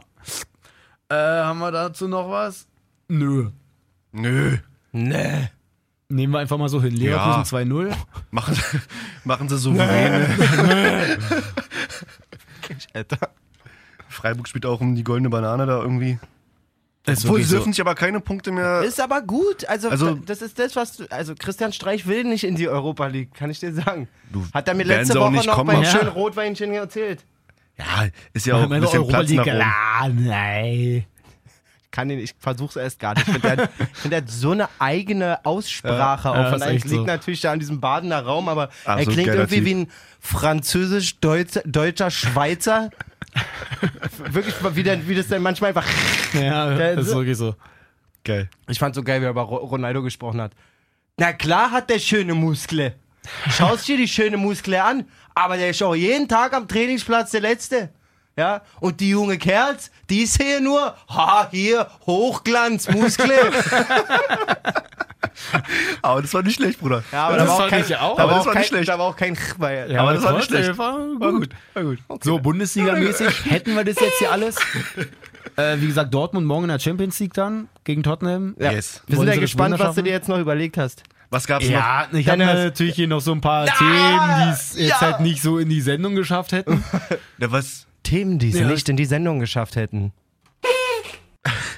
Speaker 2: Äh, haben wir dazu noch was? Nö.
Speaker 4: Nö.
Speaker 1: Nee.
Speaker 2: Nehmen wir einfach mal so hin. Leverkusen 2-0.
Speaker 4: Machen, Sie- *laughs* machen sie souverän.
Speaker 1: Alter.
Speaker 4: Freiburg spielt auch um die goldene Banane da irgendwie.
Speaker 2: Ist
Speaker 4: Obwohl,
Speaker 2: wirklich
Speaker 4: sie
Speaker 2: so.
Speaker 4: dürfen sich aber keine Punkte mehr.
Speaker 1: Ist aber gut. Also,
Speaker 4: Also-
Speaker 1: d- das ist das, was du, Also, Christian Streich will nicht in die Europa League, kann ich dir sagen.
Speaker 4: Du-
Speaker 1: Hat er mir
Speaker 4: werden
Speaker 1: letzte
Speaker 4: sie auch
Speaker 1: Woche
Speaker 4: nicht
Speaker 1: noch
Speaker 4: kommen, ne?
Speaker 1: beim
Speaker 2: aber-
Speaker 1: schönen Rotweinchen erzählt.
Speaker 4: ja, ist ja
Speaker 2: Ja,
Speaker 4: auch
Speaker 2: am
Speaker 4: ein
Speaker 2: Ende
Speaker 4: bisschen
Speaker 2: Europa
Speaker 4: Platz
Speaker 2: League.
Speaker 4: nach oben.
Speaker 2: Ah, nein.
Speaker 1: Kann ihn, ich versuch's erst gar nicht. Ich finde, der, hat- ich find, der hat so eine eigene Aussprache
Speaker 2: Ja,
Speaker 1: auch.
Speaker 2: ja,
Speaker 1: von
Speaker 2: ist
Speaker 1: einem.
Speaker 2: echt
Speaker 1: liegt
Speaker 2: so.
Speaker 1: natürlich da an diesem Badener Raum, aber er
Speaker 4: Absolut
Speaker 1: klingt
Speaker 4: geiler
Speaker 1: irgendwie
Speaker 4: Typ.
Speaker 1: wie ein französisch-deutscher deutscher Schweizer. Wirklich, mal wie, der, wie das dann manchmal einfach.
Speaker 2: Ja,
Speaker 1: Der-
Speaker 2: das ist wirklich so.
Speaker 4: Geil.
Speaker 1: Ich fand so geil, wie er über Ro- Ronaldo gesprochen hat. Na klar hat der schöne Muskle. Schaust dir die schöne Muskle an, aber der ist auch jeden Tag am Trainingsplatz der Letzte. Ja, und die junge Kerls, die sehen nur, ha, hier, Hochglanz, Muskle.
Speaker 4: Aber das war nicht schlecht, Bruder.
Speaker 1: Ja, aber
Speaker 2: Das
Speaker 1: da war auch
Speaker 2: fand
Speaker 1: kein,
Speaker 2: ich auch.
Speaker 4: Aber
Speaker 1: Da war
Speaker 4: das
Speaker 1: auch
Speaker 4: war
Speaker 1: kein,
Speaker 4: nicht schlecht.
Speaker 1: Da war auch kein Ch bei.
Speaker 2: Ja,
Speaker 4: aber das war nicht
Speaker 2: trotzdem,
Speaker 4: schlecht.
Speaker 2: War gut.
Speaker 4: Na gut.
Speaker 2: So, Bundesliga-mäßig hätten wir das jetzt hier alles. Äh, wie gesagt, Dortmund morgen in der Champions League dann gegen Tottenham.
Speaker 1: Ja.
Speaker 4: Yes.
Speaker 1: Wir
Speaker 2: Wollen
Speaker 1: sind ja
Speaker 2: sie das
Speaker 1: gespannt,
Speaker 2: Wunder
Speaker 1: was du
Speaker 2: schaffen?
Speaker 1: dir jetzt noch überlegt hast.
Speaker 4: Was gab's noch?
Speaker 2: Ja, ich habe
Speaker 1: Dennis.
Speaker 2: natürlich hier noch so ein paar Themen, die es jetzt
Speaker 1: ja.
Speaker 2: halt nicht so in die Sendung geschafft hätten.
Speaker 4: Na, was?
Speaker 1: Themen, die sie
Speaker 2: Ja.
Speaker 1: nicht in die Sendung geschafft hätten.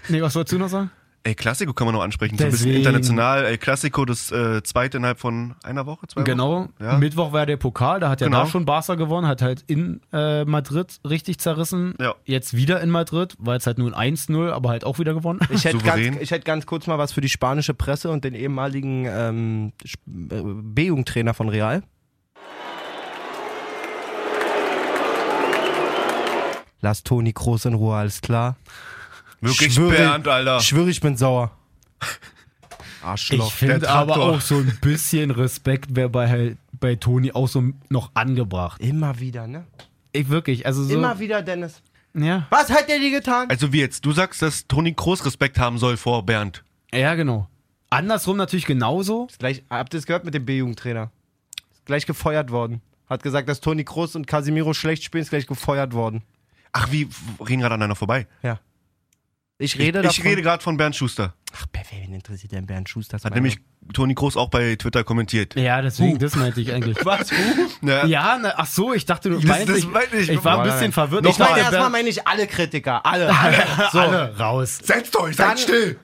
Speaker 2: Nee, was wolltest du noch sagen?
Speaker 4: El Clasico kann man noch ansprechen. So ein bisschen
Speaker 2: Deswegen.
Speaker 4: international. El Clasico, das äh, zweite innerhalb von einer Woche, zwei Wochen.
Speaker 2: Genau.
Speaker 4: Ja.
Speaker 2: Mittwoch war der Pokal, da hat ja
Speaker 4: Genau.
Speaker 2: da schon Barca gewonnen, hat halt in äh, Madrid richtig zerrissen.
Speaker 4: Ja.
Speaker 2: Jetzt wieder in Madrid, war jetzt halt nur ein 1-0, aber halt auch wieder gewonnen.
Speaker 1: Ich hätte,
Speaker 4: Souverän.
Speaker 1: ganz, ich hätte ganz kurz mal was für die spanische Presse und den ehemaligen ähm, Sp- äh, B-Jugendtrainer von Real. Lass Toni Groß in Ruhe, alles klar.
Speaker 4: Wirklich
Speaker 1: Schwöre-
Speaker 4: Bernd,
Speaker 2: Ah.
Speaker 4: Alter.
Speaker 1: Schwöre, ich
Speaker 2: *laughs*
Speaker 1: bin sauer. Arschloch.
Speaker 2: Ich
Speaker 4: der
Speaker 2: finde aber
Speaker 4: Traktor.
Speaker 2: auch so ein bisschen Respekt wäre bei, halt- bei Toni auch so noch angebracht.
Speaker 1: Immer wieder, ne?
Speaker 2: Ich wirklich, also so.
Speaker 1: Immer wieder, Dennis.
Speaker 2: ja.
Speaker 1: Was hat der dir getan?
Speaker 4: Also wie jetzt? Du sagst, dass Toni Kroos Respekt haben soll vor Bernd.
Speaker 2: ja, genau. Andersrum natürlich genauso.
Speaker 1: Ist Gleich, habt ihr es gehört mit dem B-Jugendtrainer? Ist gleich gefeuert worden. Hat gesagt, dass Toni Kroos und Casimiro schlecht spielen, ist gleich gefeuert worden.
Speaker 4: Ach, wie f- reden gerade aneinander vorbei?
Speaker 1: Ja. Ich rede
Speaker 4: ich,
Speaker 1: davon.
Speaker 4: ich rede gerade von Bernd Schuster.
Speaker 1: Ach, wer- wen interessiert denn Bernd Schuster?
Speaker 4: Hat nämlich Toni Kroos auch bei Twitter kommentiert.
Speaker 2: Ja, deswegen, das meinte ich *laughs* eigentlich.
Speaker 1: Was?
Speaker 4: Ja.
Speaker 2: Ja, na, ach so, ich dachte, du
Speaker 4: Das-
Speaker 2: meinst,
Speaker 4: das
Speaker 2: ich,
Speaker 4: meinte ich.
Speaker 2: ich, war ein
Speaker 4: Nein,
Speaker 2: bisschen
Speaker 4: nein.
Speaker 2: verwirrt.
Speaker 4: Noch
Speaker 2: ich
Speaker 4: mal.
Speaker 1: Nein,
Speaker 2: dachte,
Speaker 1: erstmal
Speaker 2: Bernd-
Speaker 1: meine ich alle Kritiker. Alle.
Speaker 4: *laughs*
Speaker 1: alle. So.
Speaker 2: alle raus.
Speaker 4: Setzt euch,
Speaker 1: Dann,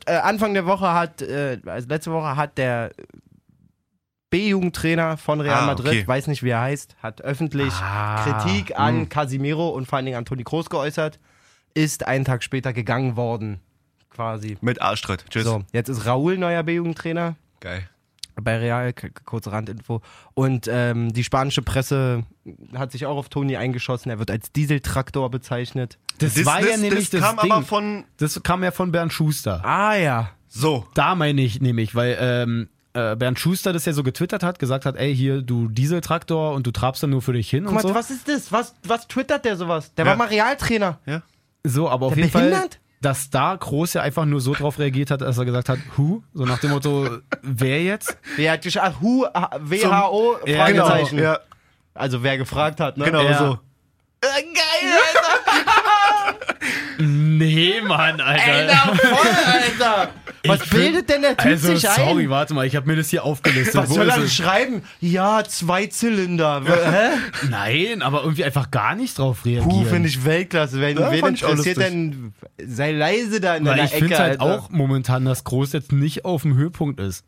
Speaker 1: äh, Anfang der Woche hat, äh, also letzte Woche hat der B-Jugendtrainer von Real
Speaker 4: Ah,
Speaker 1: Madrid,
Speaker 4: okay. Ah, hm.
Speaker 1: weiß nicht wie er heißt, hat öffentlich
Speaker 2: Ah.
Speaker 1: Kritik an Casimiro und vor allen Dingen an Toni Kroos geäußert, ist einen Tag später gegangen worden, quasi.
Speaker 4: Mit Arschtritt. Tschüss.
Speaker 1: So, jetzt ist Raul neuer B-Jugendtrainer.
Speaker 4: Geil.
Speaker 1: bei Real, k- kurze Randinfo. Und ähm, die spanische Presse hat sich auch auf Toni eingeschossen. Er wird als Dieseltraktor bezeichnet.
Speaker 2: Das, war ja nämlich das,
Speaker 4: kam
Speaker 2: Ding.
Speaker 4: aber von
Speaker 2: das kam ja von Bernd Schuster.
Speaker 1: Ah ja.
Speaker 4: so.
Speaker 2: Da meine ich nämlich, weil ähm, äh, Bernd Schuster das ja so getwittert hat, gesagt hat, ey, hier, du Dieseltraktor und du trabst dann nur für dich hin
Speaker 1: Guck mal,
Speaker 2: und so.
Speaker 1: was ist das? Was, was twittert der sowas? Der
Speaker 4: Ja.
Speaker 1: war mal Realtrainer.
Speaker 2: So, aber auf
Speaker 1: Der
Speaker 2: jeden
Speaker 1: behindert?
Speaker 2: Fall, dass da Groß ja einfach nur so drauf reagiert hat, dass er gesagt hat, who? So nach dem Motto, wer jetzt?
Speaker 1: Der hat geschafft, WHO, Fragezeichen.
Speaker 4: Ja,
Speaker 1: genau. Also wer gefragt hat, ne?
Speaker 4: genau
Speaker 2: Ja.
Speaker 4: so.
Speaker 1: Äh, geil,
Speaker 2: Nee, Mann, Alter.
Speaker 1: Alter, voll, Alter. Was
Speaker 2: Ich bin-
Speaker 1: bildet denn der Typ
Speaker 2: Also,
Speaker 1: sich ein?
Speaker 2: sorry, warte mal, ich habe mir das hier aufgelistet.
Speaker 1: Was
Speaker 2: Wo
Speaker 1: soll
Speaker 2: ist
Speaker 1: er denn
Speaker 2: es?
Speaker 1: schreiben? Ja, zwei Zylinder. Hä?
Speaker 2: Nein, aber irgendwie einfach gar nicht drauf
Speaker 1: Puh,
Speaker 2: reagieren.
Speaker 1: finde ich Weltklasse. Wenn,
Speaker 4: Ja,
Speaker 1: wen
Speaker 4: fand ich auch
Speaker 1: interessiert
Speaker 4: lustig.
Speaker 1: denn, sei leise da in
Speaker 2: Weil
Speaker 1: deiner
Speaker 2: ich
Speaker 1: Ecke,
Speaker 2: finde halt
Speaker 1: Alter.
Speaker 2: auch momentan, dass Groß jetzt nicht auf dem Höhepunkt ist.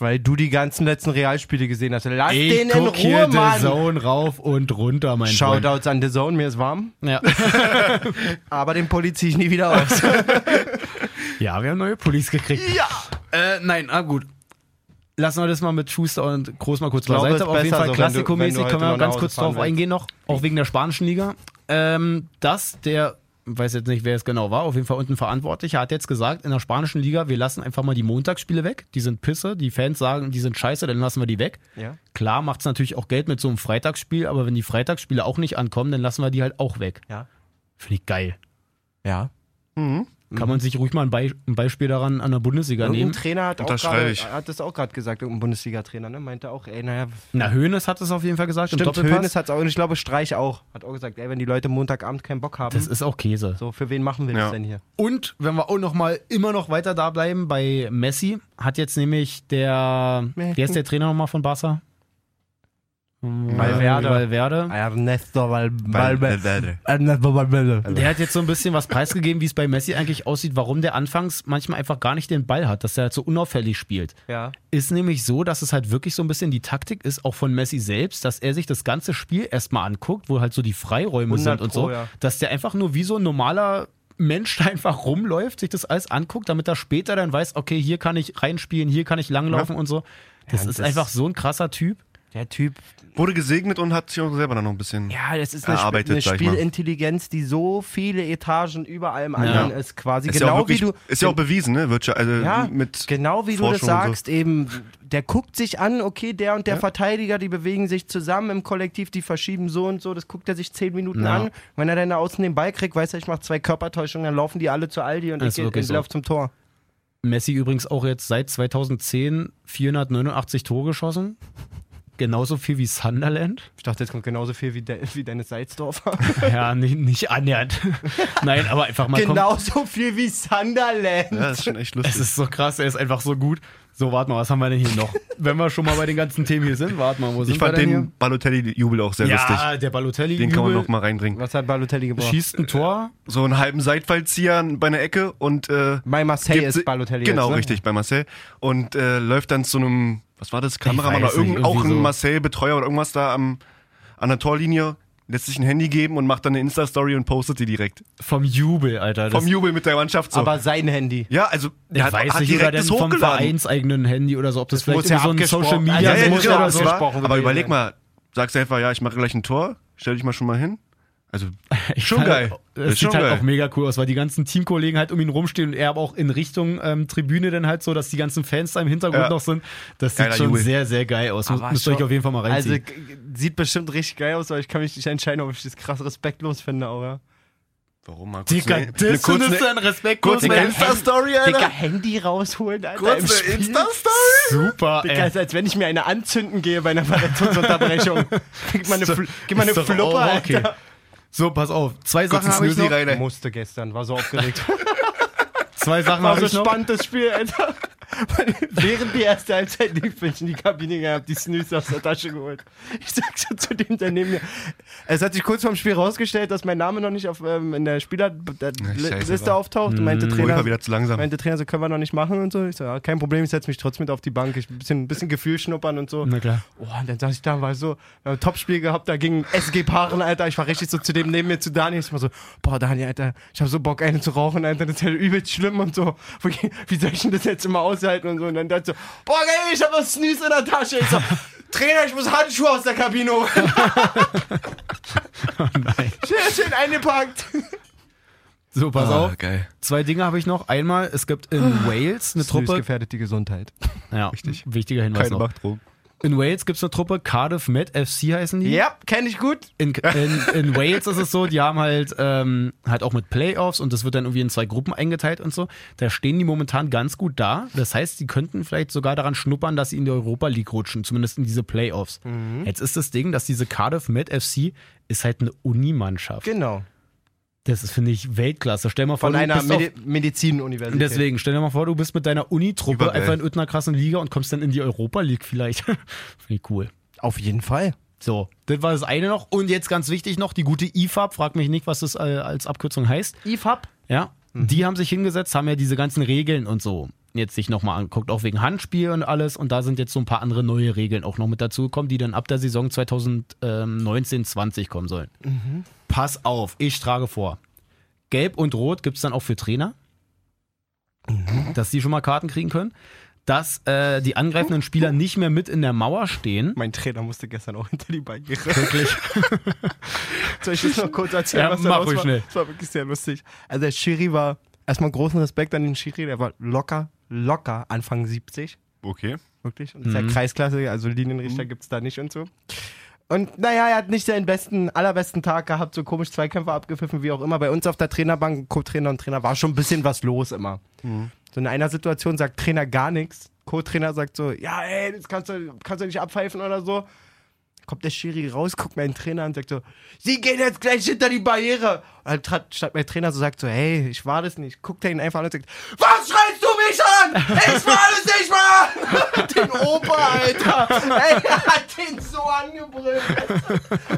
Speaker 1: Weil du die ganzen letzten Realspiele gesehen hast. Lass
Speaker 2: ich
Speaker 1: den in
Speaker 2: guck hier
Speaker 1: Ruhe,
Speaker 2: The
Speaker 1: Mann.
Speaker 2: Zone rauf und runter, mein Freund.
Speaker 1: Shoutouts an The Zone, mir ist warm.
Speaker 2: Ja.
Speaker 1: Aber den Pulli zieh ich nie wieder *laughs* aus.
Speaker 2: ja, wir haben neue Pullis gekriegt. Ja! Äh, nein, ah gut. Lassen wir das mal mit Schuster und Groß mal kurz
Speaker 1: glaube,
Speaker 2: beiseite.
Speaker 1: es
Speaker 2: Aber auf jeden
Speaker 1: besser
Speaker 2: Fall
Speaker 1: so, wenn du- wenn du
Speaker 2: klassikomäßig
Speaker 1: heute
Speaker 2: können wir
Speaker 1: noch
Speaker 2: ganz
Speaker 1: nach
Speaker 2: kurz
Speaker 1: Hause fahren
Speaker 2: drauf
Speaker 1: willst.
Speaker 2: eingehen noch, auch wegen der spanischen Liga. Ähm, dass der, weiß jetzt nicht, wer es genau war, auf jeden Fall unten Verantwortlicher, hat jetzt gesagt, in der spanischen Liga, wir lassen einfach mal die Montagsspiele weg. Die sind Pisse, die Fans sagen, die sind scheiße, dann lassen wir die weg.
Speaker 1: Ja.
Speaker 2: Klar macht es natürlich auch Geld mit so einem Freitagsspiel, aber wenn die Freitagsspiele auch nicht ankommen, dann lassen wir die halt auch weg.
Speaker 1: Ja.
Speaker 2: Finde ich geil.
Speaker 1: ja.
Speaker 2: Kann man sich ruhig mal ein, Bei ein Beispiel daran an der Bundesliga
Speaker 1: Mhm. Irgendein
Speaker 2: nehmen.
Speaker 1: Trainer hat, auch
Speaker 4: Unterschreibe
Speaker 1: gerade,
Speaker 4: ich.
Speaker 1: hat das auch gerade gesagt, irgendein Bundesliga-Trainer, ne? Meinte auch, ey, naja,
Speaker 2: Na, Hönes hat es auf jeden Fall gesagt im
Speaker 1: stimmt,
Speaker 2: Doppelpass.
Speaker 1: Hönes hat's auch, und ich glaube, Streich auch. Hat auch gesagt, ey, wenn die Leute Montagabend keinen Bock haben,
Speaker 2: das ist auch Käse.
Speaker 1: so, für wen machen wir
Speaker 4: Ja.
Speaker 1: das denn hier?
Speaker 2: Und wenn wir auch noch mal immer noch weiter da bleiben bei Messi, hat jetzt nämlich der wer ist der Trainer nochmal von Barca? Äh,
Speaker 1: Valverde.
Speaker 2: Valverde.
Speaker 1: Ernesto Valverde.
Speaker 4: Valverde.
Speaker 1: Ernesto Valverde.
Speaker 2: Der hat jetzt so ein bisschen was preisgegeben, wie es bei Messi eigentlich aussieht, warum der anfangs manchmal einfach gar nicht den Ball hat, dass er halt so unauffällig spielt.
Speaker 1: Ja.
Speaker 2: ist nämlich so, dass es halt wirklich so ein bisschen die Taktik ist, auch von Messi selbst, dass er sich das ganze Spiel erstmal anguckt, wo halt so die Freiräume
Speaker 1: 100
Speaker 2: sind und
Speaker 1: Pro,
Speaker 2: so,
Speaker 1: ja.
Speaker 2: dass der einfach nur wie so ein normaler Mensch da einfach rumläuft, sich das alles anguckt, damit er später dann weiß, okay, hier kann ich reinspielen, hier kann ich langlaufen und so. Das
Speaker 1: und
Speaker 2: ist
Speaker 1: das-
Speaker 2: einfach so ein krasser Typ.
Speaker 1: Der Typ
Speaker 4: Wurde gesegnet und hat sich auch selber dann noch ein bisschen.
Speaker 1: Ja, das ist eine,
Speaker 4: erarbeitet,
Speaker 1: Sp
Speaker 4: sag
Speaker 1: eine
Speaker 4: ich mal.
Speaker 1: Spielintelligenz, die so viele Etagen über allem anderen ist, quasi.
Speaker 4: Ist ja
Speaker 1: genau
Speaker 4: auch wirklich,
Speaker 1: wie du.
Speaker 4: Ist ja auch bewiesen, ne? Wirtschaft, also
Speaker 1: ja,
Speaker 4: mit.
Speaker 1: genau wie du das
Speaker 4: Forschung und so.
Speaker 1: sagst, eben, der guckt sich an, okay, der und der Verteidiger, die bewegen sich zusammen im Kollektiv, die verschieben so und so, das guckt er sich zehn Minuten
Speaker 2: Ja.
Speaker 1: an. Wenn er dann da außen den Ball kriegt, weiß er, ich mache zwei Körpertäuschungen, dann laufen die alle zu Aldi und
Speaker 2: Das
Speaker 1: ich
Speaker 2: ist
Speaker 1: geh-
Speaker 2: wirklich
Speaker 1: ich
Speaker 2: so.
Speaker 1: lauf zum Tor.
Speaker 2: Messi übrigens auch jetzt seit 2010 489 Tore geschossen. Genauso viel wie Sunderland.
Speaker 1: *laughs* Ich dachte, jetzt kommt genauso viel wie, De wie
Speaker 4: *laughs*
Speaker 1: Dennis *laughs* Salzdorfer.
Speaker 2: Ja, nicht, nicht annähernd. *laughs* Nein, aber
Speaker 1: Genau
Speaker 2: einfach mal kom-
Speaker 1: genauso viel wie Sunderland.
Speaker 4: Ja, das ist schon
Speaker 2: Es *laughs*
Speaker 4: echt lustig.
Speaker 2: ist so krass, er ist einfach so gut. So, warte mal, was haben wir denn hier
Speaker 4: *laughs*
Speaker 2: noch? Wenn wir schon mal bei den ganzen Themen hier sind, warte mal, wo sind
Speaker 4: Ich fand
Speaker 2: wir denn
Speaker 4: den Balotelli-Jubel auch sehr
Speaker 2: hier?
Speaker 4: lustig.
Speaker 2: Ja, der Balotelli
Speaker 4: Den kann man
Speaker 2: Jubel
Speaker 4: noch mal reinbringen.
Speaker 1: Was hat Balotelli gebraucht?
Speaker 2: schießt ein Tor.
Speaker 4: So einen halben Seitfallzieher bei einer Ecke und äh,
Speaker 1: Bei Marseille
Speaker 4: gibt-
Speaker 1: ist Balotelli
Speaker 4: Genau,
Speaker 1: jetzt, ne?
Speaker 4: richtig, bei Marcel. Und äh, läuft dann zu einem, was war das, Kameramann
Speaker 2: weiß
Speaker 4: oder irgend,
Speaker 2: nicht, irgendwie
Speaker 4: auch ein
Speaker 2: so.
Speaker 4: Marcel-Betreuer oder irgendwas da am, an der Torlinie, lässt sich ein Handy geben und macht dann eine Insta-Story und postet die direkt.
Speaker 2: Vom Jubel, Alter. Das,
Speaker 4: Vom Jubel mit der Mannschaft so.
Speaker 1: Aber sein Handy.
Speaker 4: ja, also, der
Speaker 2: ich
Speaker 4: hat,
Speaker 2: weiß
Speaker 4: hat
Speaker 2: nicht, oder
Speaker 4: direkt
Speaker 2: denn
Speaker 4: das
Speaker 2: vom
Speaker 4: hochgeladen.
Speaker 2: vereinseigenen Handy oder so, ob das,
Speaker 1: muss
Speaker 2: vielleicht
Speaker 1: ja
Speaker 2: irgendwie so ein
Speaker 1: abgesprochen-
Speaker 2: Social Media
Speaker 1: Ja,
Speaker 4: Ja,
Speaker 1: das
Speaker 4: ja,
Speaker 1: muss
Speaker 4: genau,
Speaker 1: ja
Speaker 2: oder
Speaker 4: das
Speaker 2: so.
Speaker 4: war,
Speaker 1: abgesprochen
Speaker 4: aber
Speaker 1: gewesen
Speaker 4: überleg
Speaker 1: sein.
Speaker 4: mal, sagst einfach, ja, ich mache gleich ein Tor, stell dich mal schon mal hin. Also,
Speaker 2: *laughs* Ich
Speaker 4: schon
Speaker 2: fand,
Speaker 4: geil.
Speaker 2: Es
Speaker 4: Ist
Speaker 2: sieht
Speaker 4: schon
Speaker 2: halt
Speaker 4: geil.
Speaker 2: auch mega cool aus, weil die ganzen Teamkollegen halt um ihn rumstehen und er aber auch in Richtung ähm, Tribüne dann halt so, dass die ganzen Fans da im Hintergrund
Speaker 4: Ja.
Speaker 2: noch sind. Das
Speaker 4: Geiler
Speaker 2: sieht schon
Speaker 4: Jubel.
Speaker 2: sehr, sehr geil aus. Muss-
Speaker 1: Aber
Speaker 2: Müsst ihr euch
Speaker 1: schon-
Speaker 2: auf jeden Fall mal
Speaker 1: Also
Speaker 2: reinziehen.
Speaker 1: g- g- sieht bestimmt richtig geil aus, aber ich kann mich nicht entscheiden, ob ich das krass respektlos finde, oder?
Speaker 4: warum mal kurz
Speaker 2: Dicker,
Speaker 4: eine-
Speaker 2: das
Speaker 4: eine
Speaker 2: ist
Speaker 4: kurze-
Speaker 2: ein respektlos.
Speaker 4: kurz eine
Speaker 1: Digga,
Speaker 4: Insta-Story,
Speaker 1: Dicker,
Speaker 4: Alter.
Speaker 1: Handy rausholen, Alter. im
Speaker 4: Kurz
Speaker 1: Spiel.
Speaker 4: eine Insta-Story. *laughs*
Speaker 2: Super,
Speaker 1: Digga,
Speaker 2: ey.
Speaker 1: ist, als wenn ich mir eine anzünden gehe bei
Speaker 4: *laughs*
Speaker 1: einer Verletzungsunterbrechung. Gib mal eine, Fl gib mal eine
Speaker 2: Ist doch-
Speaker 1: Fluppe,
Speaker 2: oh,
Speaker 1: Alter.
Speaker 2: okay. So, pass auf. Zwei
Speaker 4: Kurz
Speaker 2: Sachen
Speaker 4: ein
Speaker 2: habe ich
Speaker 4: Snoozy
Speaker 2: noch.
Speaker 4: rein, ey.
Speaker 1: Musste gestern, *laughs* war so aufgeregt.
Speaker 2: Zwei Sachen
Speaker 1: War
Speaker 2: habe
Speaker 1: so
Speaker 2: ich noch.
Speaker 1: spannendes Spiel, Alter. *laughs* Während die erste Halbzeit lief, bin ich in die Kabine gegangen, hab die Snooze aus der Tasche geholt. Ich sag so zu dem, der neben mir. Es hat sich kurz vorm Spiel rausgestellt, dass mein Name noch nicht auf, ähm, in der
Speaker 4: scheiße,
Speaker 1: Spielerliste
Speaker 4: war-
Speaker 1: auftaucht und meinte
Speaker 4: Ruhig
Speaker 1: Trainer,
Speaker 4: war wieder zu langsam.
Speaker 1: meinte Trainer, so also können wir noch nicht machen und so. Ich so, ja, kein Problem, ich setz mich trotzdem mit auf die Bank. Ich ein bisschen, bisschen Gefühl schnuppern und so.
Speaker 2: Na
Speaker 4: *laughs*
Speaker 2: klar.
Speaker 1: Oh, und dann saß ich da, war so, wir haben ein Topspiel gehabt, da ging SG Paaren, Alter. Ich war richtig so zu dem neben mir, zu Daniel. Ich war so, boah, Daniel, Alter, ich hab so Bock, einen zu rauchen, Alter, das ist halt übelst schlimm und so. Wie, wie soll ich denn das jetzt immer aushalten und so? Und dann dachte ich so, boah, geil, ich hab was Snus in der Tasche.
Speaker 2: *laughs*
Speaker 1: Ich so, Trainer, ich muss Handschuhe aus der Kabine holen.
Speaker 2: Nein.
Speaker 1: Schön, schön eingepackt.
Speaker 2: So, pass
Speaker 4: Ah,
Speaker 2: auf.
Speaker 4: geil. Ah.
Speaker 2: Zwei Dinge habe ich noch. Einmal, es gibt in Wales eine Truppe.
Speaker 1: gefährdet die Gesundheit.
Speaker 2: Ja,
Speaker 4: Richtig.
Speaker 2: wichtiger Hinweis
Speaker 4: Keine
Speaker 2: noch.
Speaker 4: Machtdruck.
Speaker 2: In Wales gibt es eine Truppe, Cardiff Met FC heißen die.
Speaker 1: Ja, kenne ich gut.
Speaker 2: In, in, in Wales ist es so, die haben halt, ähm, halt auch mit Playoffs und das wird dann irgendwie in zwei Gruppen eingeteilt und so. Da stehen die momentan ganz gut da. Das heißt, die könnten vielleicht sogar daran schnuppern, dass sie in die Europa League rutschen, zumindest in diese Playoffs.
Speaker 1: Mhm.
Speaker 2: Jetzt ist das Ding, dass diese Cardiff Met FC ist halt eine Unimannschaft.
Speaker 1: Genau.
Speaker 2: Das ist, finde ich, Weltklasse. Stell mal vor,
Speaker 1: Von
Speaker 2: du
Speaker 1: einer
Speaker 2: bist auf,
Speaker 1: Medi Medizinuniversität.
Speaker 2: Deswegen, stell dir mal vor, du bist mit deiner Uni-Truppe
Speaker 4: Übergeil.
Speaker 2: einfach in irgendeiner krassen Liga und kommst dann in die Europa League vielleicht. *laughs* Finde ich cool.
Speaker 1: Auf jeden Fall.
Speaker 2: So, das war das eine noch. Und jetzt ganz wichtig noch, die gute E IFAB, frag mich nicht, was das äh, als Abkürzung heißt.
Speaker 1: IFAB.
Speaker 2: Ja, die haben sich hingesetzt, haben ja diese ganzen Regeln und so jetzt sich nochmal angeguckt, auch wegen Handspiel und alles. Und da sind jetzt so ein paar andere neue Regeln auch noch mit dazugekommen, die dann ab der Saison 2019, 20 kommen sollen. Pass auf, ich trage vor. Gelb und Rot gibt es dann auch für Trainer, dass die schon mal Karten kriegen können. Dass äh, die angreifenden Spieler nicht mehr mit in der Mauer stehen.
Speaker 1: Mein Trainer musste gestern auch hinter die Bank Wirklich? *laughs* Soll ich das noch kurz erzählen?
Speaker 2: Ja,
Speaker 1: was da
Speaker 2: mach
Speaker 1: los
Speaker 2: ruhig
Speaker 1: war?
Speaker 2: schnell.
Speaker 1: Das war wirklich sehr lustig. Also der Schiri war, erstmal großen Respekt an den Schiri, der war locker, locker Anfang 70.
Speaker 4: Okay. *laughs*
Speaker 1: Wirklich. Und das
Speaker 2: Mhm.
Speaker 1: ist ja Kreisklasse, also Linienrichter gibt's da nicht und so. Und naja, er hat nicht seinen besten, allerbesten Tag gehabt, so komisch Zweikämpfe abgepfiffen, wie auch immer. Bei uns auf der Trainerbank, Co-Trainer und Trainer, war schon ein bisschen was los immer.
Speaker 2: Mhm.
Speaker 1: So in einer Situation sagt Trainer gar nichts. Co-Trainer sagt so, ja ey, das kannst du, kannst du nicht abpfeifen oder so. Kommt der Schiri raus, guckt meinen Trainer an und sagt so, sie gehen jetzt gleich hinter die Barriere. Und dann trat- statt mein Trainer so sagt so, hey, ich war das nicht. Guckt er ihn einfach an und sagt, was schreist du mich an? Ich war das nicht mal! *laughs* den Opa, Alter. Ey, *laughs* er hat den so angebrüllt.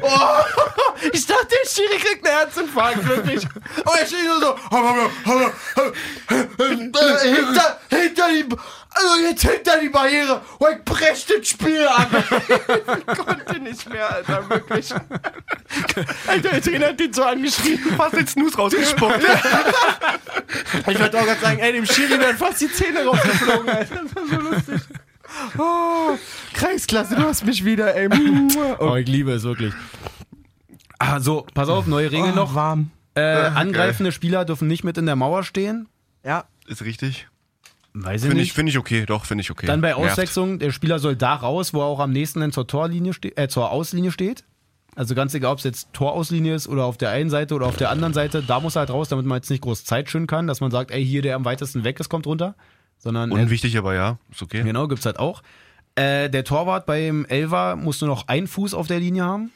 Speaker 1: Oh, ich dachte, der Schiri kriegt einen Herzinfarkt, wirklich. Und er steht nur so, hinter, hinter die, also jetzt hinter die Barriere und ich brech das Spiel an. ich konnte nicht mehr, Alter, wirklich. Alter, der Trainer hat den so angeschrieben.
Speaker 4: Hast den Snooze rausgespuckt.
Speaker 1: Ich würde auch gerade sagen, ey, dem Schiri werden fast die
Speaker 2: *laughs*
Speaker 1: Zähne rausgeflogen, Alter. Das war so lustig. Oh, Kreisklasse, du hast mich wieder, *laughs* ey.
Speaker 2: Oh, ich liebe es wirklich. Ah, so, pass auf, neue
Speaker 4: Oh,
Speaker 2: Regeln noch.
Speaker 1: warm.
Speaker 2: Äh, angreifende Spieler dürfen nicht mit in der Mauer stehen.
Speaker 1: Ja,
Speaker 4: *laughs* Ist richtig.
Speaker 2: Weiß
Speaker 4: Finde ich, find ich okay, doch, finde ich okay.
Speaker 2: Dann bei
Speaker 4: Nervt.
Speaker 2: Auswechslung, der Spieler soll da raus, wo er auch am nächsten dann zur Torlinie steht, äh, zur Auslinie steht. Also ganz egal, ob es jetzt Torauslinie ist oder auf der einen Seite oder auf der anderen Seite, da muss er halt raus, damit man jetzt nicht groß Zeit schön kann, dass man sagt, ey, hier der am weitesten weg ist, kommt runter. Sondern äh,
Speaker 4: Unwichtig, aber ja, ist okay.
Speaker 2: genau, gibt's halt auch. Äh, der Torwart beim Elfer muss nur
Speaker 1: *laughs*
Speaker 2: noch einen Fuß auf der Linie haben.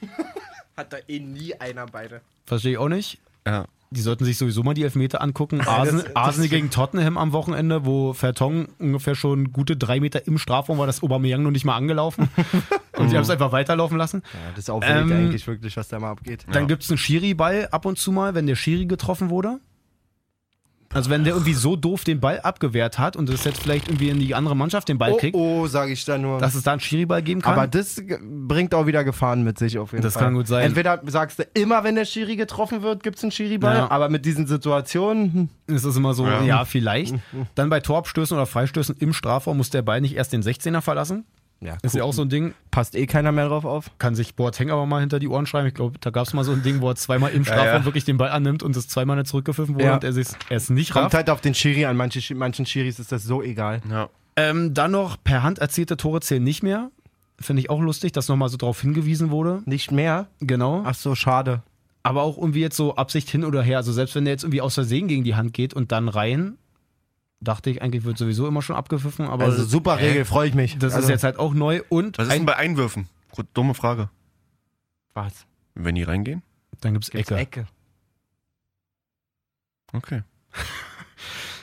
Speaker 1: hat da eh nie einer beide.
Speaker 2: Verstehe ich auch nicht.
Speaker 4: Ja.
Speaker 2: die sollten sich sowieso mal die Elfmeter angucken. Arsen,
Speaker 1: *laughs* das
Speaker 2: Arsenal gegen Tottenham am Wochenende, wo Vertong ungefähr schon gute drei Meter im Strafraum war, das Aubameyang noch nicht mal
Speaker 1: *laughs*
Speaker 2: angelaufen. und die haben es einfach weiterlaufen lassen.
Speaker 1: Ja, das ist
Speaker 2: Ähm,
Speaker 1: aufregend eigentlich wirklich, was da mal abgeht.
Speaker 2: Dann gibt es einen Schiri-Ball ab und zu mal, wenn der Schiri getroffen wurde. Also wenn der irgendwie so doof den Ball abgewehrt hat und das jetzt vielleicht irgendwie in die andere Mannschaft den Ball
Speaker 1: Oh,
Speaker 2: kriegt,
Speaker 1: oh sage ich da nur.
Speaker 2: dass es da einen Schiri-Ball geben kann.
Speaker 1: aber das ge- bringt auch wieder Gefahren mit sich auf jeden
Speaker 2: Das
Speaker 1: Fall.
Speaker 2: kann gut sein.
Speaker 1: Entweder sagst du, immer wenn der Schiri getroffen wird, gibt es einen Schiri-Ball,
Speaker 2: Ja.
Speaker 1: aber mit diesen Situationen, hm,
Speaker 2: Es ist immer so, ja,
Speaker 4: Ja.
Speaker 1: *laughs*
Speaker 2: vielleicht. Dann bei Torabstößen oder Freistößen im Strafraum muss der Ball nicht erst den 16er verlassen.
Speaker 1: ja,
Speaker 2: Ist ja auch so ein Ding.
Speaker 1: passt eh keiner mehr drauf auf.
Speaker 2: Kann sich Boateng aber mal hinter die Ohren schreiben. Ich glaube, da gab es mal so ein Ding, wo er zweimal im Strafraum
Speaker 4: ja.
Speaker 2: wirklich den Ball annimmt und es zweimal nicht zurückgepfiffen wurde
Speaker 1: Ja.
Speaker 2: und er sich er es nicht
Speaker 1: Kommt
Speaker 2: rafft.
Speaker 1: halt auf den Schiri an, Manche, Schi- manchen Schiris ist das so egal.
Speaker 4: Ja.
Speaker 2: Ähm, dann noch per Hand erzielte Tore zählen nicht mehr. Finde ich auch lustig, dass nochmal so drauf hingewiesen wurde.
Speaker 1: Nicht mehr?
Speaker 2: Genau.
Speaker 1: Ach so, schade.
Speaker 2: Aber auch irgendwie jetzt so Absicht hin oder her. Also selbst wenn der jetzt irgendwie aus Versehen gegen die Hand geht und dann rein, dachte ich, eigentlich wird sowieso immer schon abgepfiffen. Aber
Speaker 1: Also super
Speaker 4: Äh,
Speaker 1: Regel, freue ich mich.
Speaker 2: das
Speaker 1: also,
Speaker 2: ist jetzt halt auch neu und
Speaker 4: Was ist denn bei Einwürfen? Gut, Dumme Frage.
Speaker 1: was?
Speaker 4: Wenn die reingehen?
Speaker 2: dann gibt's
Speaker 1: Gibt's
Speaker 2: Ecke.
Speaker 1: Ecke.
Speaker 4: Okay.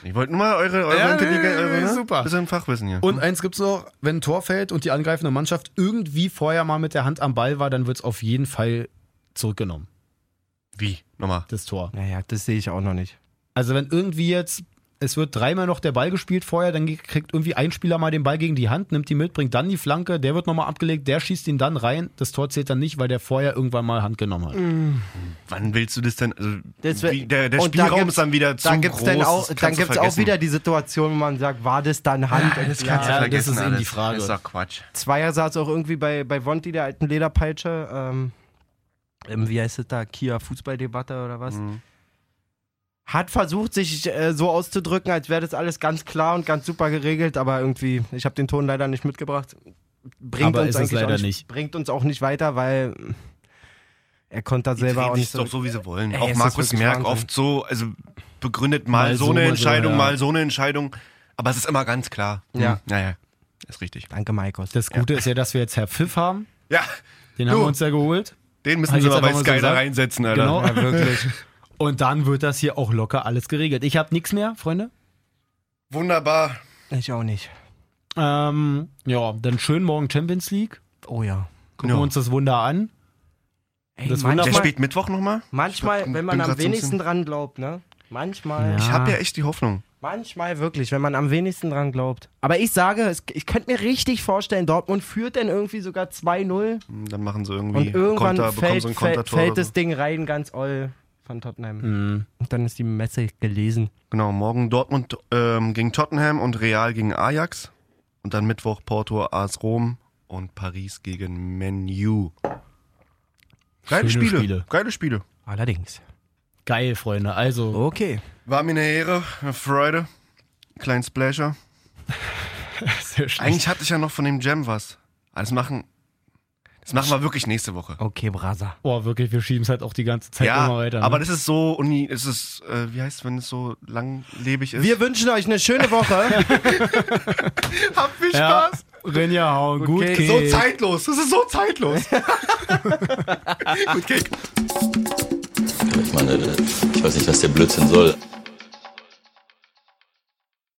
Speaker 4: Ich wollte nur mal eure, eure,
Speaker 2: Ja,
Speaker 4: Intelligenz,
Speaker 2: nee,
Speaker 4: eure ne?
Speaker 2: super.
Speaker 4: bisschen Fachwissen hier.
Speaker 2: Und eins gibt's noch, wenn ein Tor fällt und die angreifende Mannschaft irgendwie vorher mal mit der Hand am Ball war, dann wird's auf jeden Fall zurückgenommen,
Speaker 4: Wie? Nochmal.
Speaker 2: das Tor.
Speaker 1: Naja, das sehe ich auch noch nicht.
Speaker 2: Also wenn irgendwie jetzt, es wird dreimal noch der Ball gespielt vorher, dann ge- kriegt irgendwie ein Spieler mal den Ball gegen die Hand, nimmt die mit, bringt dann die Flanke, der wird nochmal abgelegt, der schießt ihn dann rein, das Tor zählt dann nicht, weil der vorher irgendwann mal Hand genommen hat.
Speaker 4: Wann willst du das denn? Also,
Speaker 1: Das wär-
Speaker 4: wie, der der
Speaker 1: und da
Speaker 4: Spielraum
Speaker 1: gibt's-
Speaker 4: ist dann wieder zu
Speaker 1: Dann gibt's
Speaker 4: groß.
Speaker 1: dann
Speaker 4: das
Speaker 1: auch,
Speaker 4: kannst
Speaker 1: dann
Speaker 4: du
Speaker 1: gibt's auch
Speaker 4: vergessen.
Speaker 1: wieder die Situation, wo man sagt, war das dann Hand? Und
Speaker 4: Das kannst
Speaker 2: Ja,
Speaker 4: du
Speaker 2: das
Speaker 4: vergessen
Speaker 2: ist eben
Speaker 4: alles.
Speaker 2: die Frage.
Speaker 4: Das ist doch Quatsch.
Speaker 1: Zweier saß auch irgendwie bei, bei Vonti, der alten Lederpeitsche, ähm, im, wie heißt es da, Kia Fußballdebatte oder was,
Speaker 2: Mhm.
Speaker 1: hat versucht, sich äh, so auszudrücken, als wäre das alles ganz klar und ganz super geregelt, aber irgendwie, ich habe den Ton leider nicht mitgebracht. Bringt
Speaker 2: Aber
Speaker 1: uns
Speaker 2: ist es
Speaker 1: eigentlich
Speaker 2: leider
Speaker 1: auch
Speaker 2: nicht.
Speaker 1: Bringt uns auch nicht weiter, weil äh, er konnte da
Speaker 4: Die
Speaker 1: selber
Speaker 4: drehen
Speaker 1: auch
Speaker 4: sich
Speaker 1: nicht so.
Speaker 4: doch so, wie sie wollen.
Speaker 1: Ey,
Speaker 4: auch
Speaker 1: es
Speaker 4: Markus
Speaker 1: ist wirklich
Speaker 4: Merck
Speaker 1: Wahnsinn.
Speaker 4: oft so, also begründet mal, so eine Entscheidung,
Speaker 2: ja.
Speaker 4: mal so eine Entscheidung. Aber es ist immer ganz klar. Hm,
Speaker 1: Ja.
Speaker 4: Naja, ist richtig.
Speaker 1: Danke, Maikos.
Speaker 2: Das Gute ist ja, dass wir jetzt Herr Pfiff haben,
Speaker 4: Ja,
Speaker 2: den haben
Speaker 4: Du.
Speaker 2: wir uns ja geholt.
Speaker 4: den
Speaker 2: Hab
Speaker 4: müssen
Speaker 2: ich
Speaker 4: sie
Speaker 2: jetzt
Speaker 4: mal bei
Speaker 2: einfach mal so
Speaker 4: Sky da
Speaker 2: gesagt.
Speaker 4: reinsetzen, Alter.
Speaker 2: Genau.
Speaker 1: ja, wirklich.
Speaker 2: *laughs* Und dann wird das hier auch locker alles geregelt. Ich habe nichts mehr, Freunde.
Speaker 4: Wunderbar.
Speaker 1: ich auch nicht.
Speaker 2: Ähm, ja, dann schön morgen Champions League.
Speaker 1: Oh ja.
Speaker 2: Gucken
Speaker 4: Ja.
Speaker 2: wir uns das Wunder an.
Speaker 1: Ey,
Speaker 2: Das
Speaker 1: manchmal,
Speaker 4: Der spielt Mittwoch nochmal? Ich
Speaker 1: manchmal,
Speaker 4: bin-
Speaker 1: wenn
Speaker 4: bin
Speaker 1: man am
Speaker 4: grad so ein
Speaker 1: wenigsten
Speaker 4: bisschen-
Speaker 1: dran glaubt, ne? Manchmal.
Speaker 2: Ja.
Speaker 4: Ich habe ja echt die Hoffnung.
Speaker 1: Manchmal wirklich, wenn man am wenigsten dran glaubt. Aber ich sage, es, ich könnte mir richtig vorstellen, Dortmund führt dann irgendwie sogar 2-0
Speaker 4: Dann machen sie
Speaker 1: und
Speaker 4: irgendwie
Speaker 1: irgendwann
Speaker 4: Konter, bekommen
Speaker 1: fällt,
Speaker 4: so ein
Speaker 1: fällt,
Speaker 4: Kontertor.
Speaker 1: fällt
Speaker 4: oder
Speaker 1: das
Speaker 4: so.
Speaker 1: Ding rein ganz all von Tottenham. Und dann ist die Messe gelesen.
Speaker 4: Genau, morgen Dortmund ähm, gegen Tottenham und Real gegen Ajax. Und dann Mittwoch Porto, AS Rom und Paris gegen Menu. Geile
Speaker 2: Schöne
Speaker 4: Spiele.
Speaker 2: Spiele.
Speaker 4: Geile Spiele.
Speaker 1: Allerdings.
Speaker 2: Geil, Freunde. Also,
Speaker 4: Oh.
Speaker 1: Okay.
Speaker 4: War mir eine Ehre, eine Freude. Klein Splasher.
Speaker 2: sehr schlecht.
Speaker 4: Eigentlich hatte ich ja noch von dem Jam was. Alles machen. Das machen wir wirklich nächste Woche.
Speaker 1: Okay, Brasa.
Speaker 2: Boah, wirklich, wir schieben es halt auch die ganze Zeit
Speaker 4: ja,
Speaker 2: Halt immer weiter. ne?
Speaker 4: aber das ist so, Uni, es ist, äh, wie heißt wenn es so langlebig ist?
Speaker 1: Wir wünschen euch eine schöne *laughs* Woche.
Speaker 4: Habt viel
Speaker 2: ja. Renja hauen, gut
Speaker 1: Okay.
Speaker 2: Kick.
Speaker 4: So zeitlos, das ist so zeitlos. *laughs*
Speaker 6: Ich meine, ich weiß nicht, was der Blödsinn soll.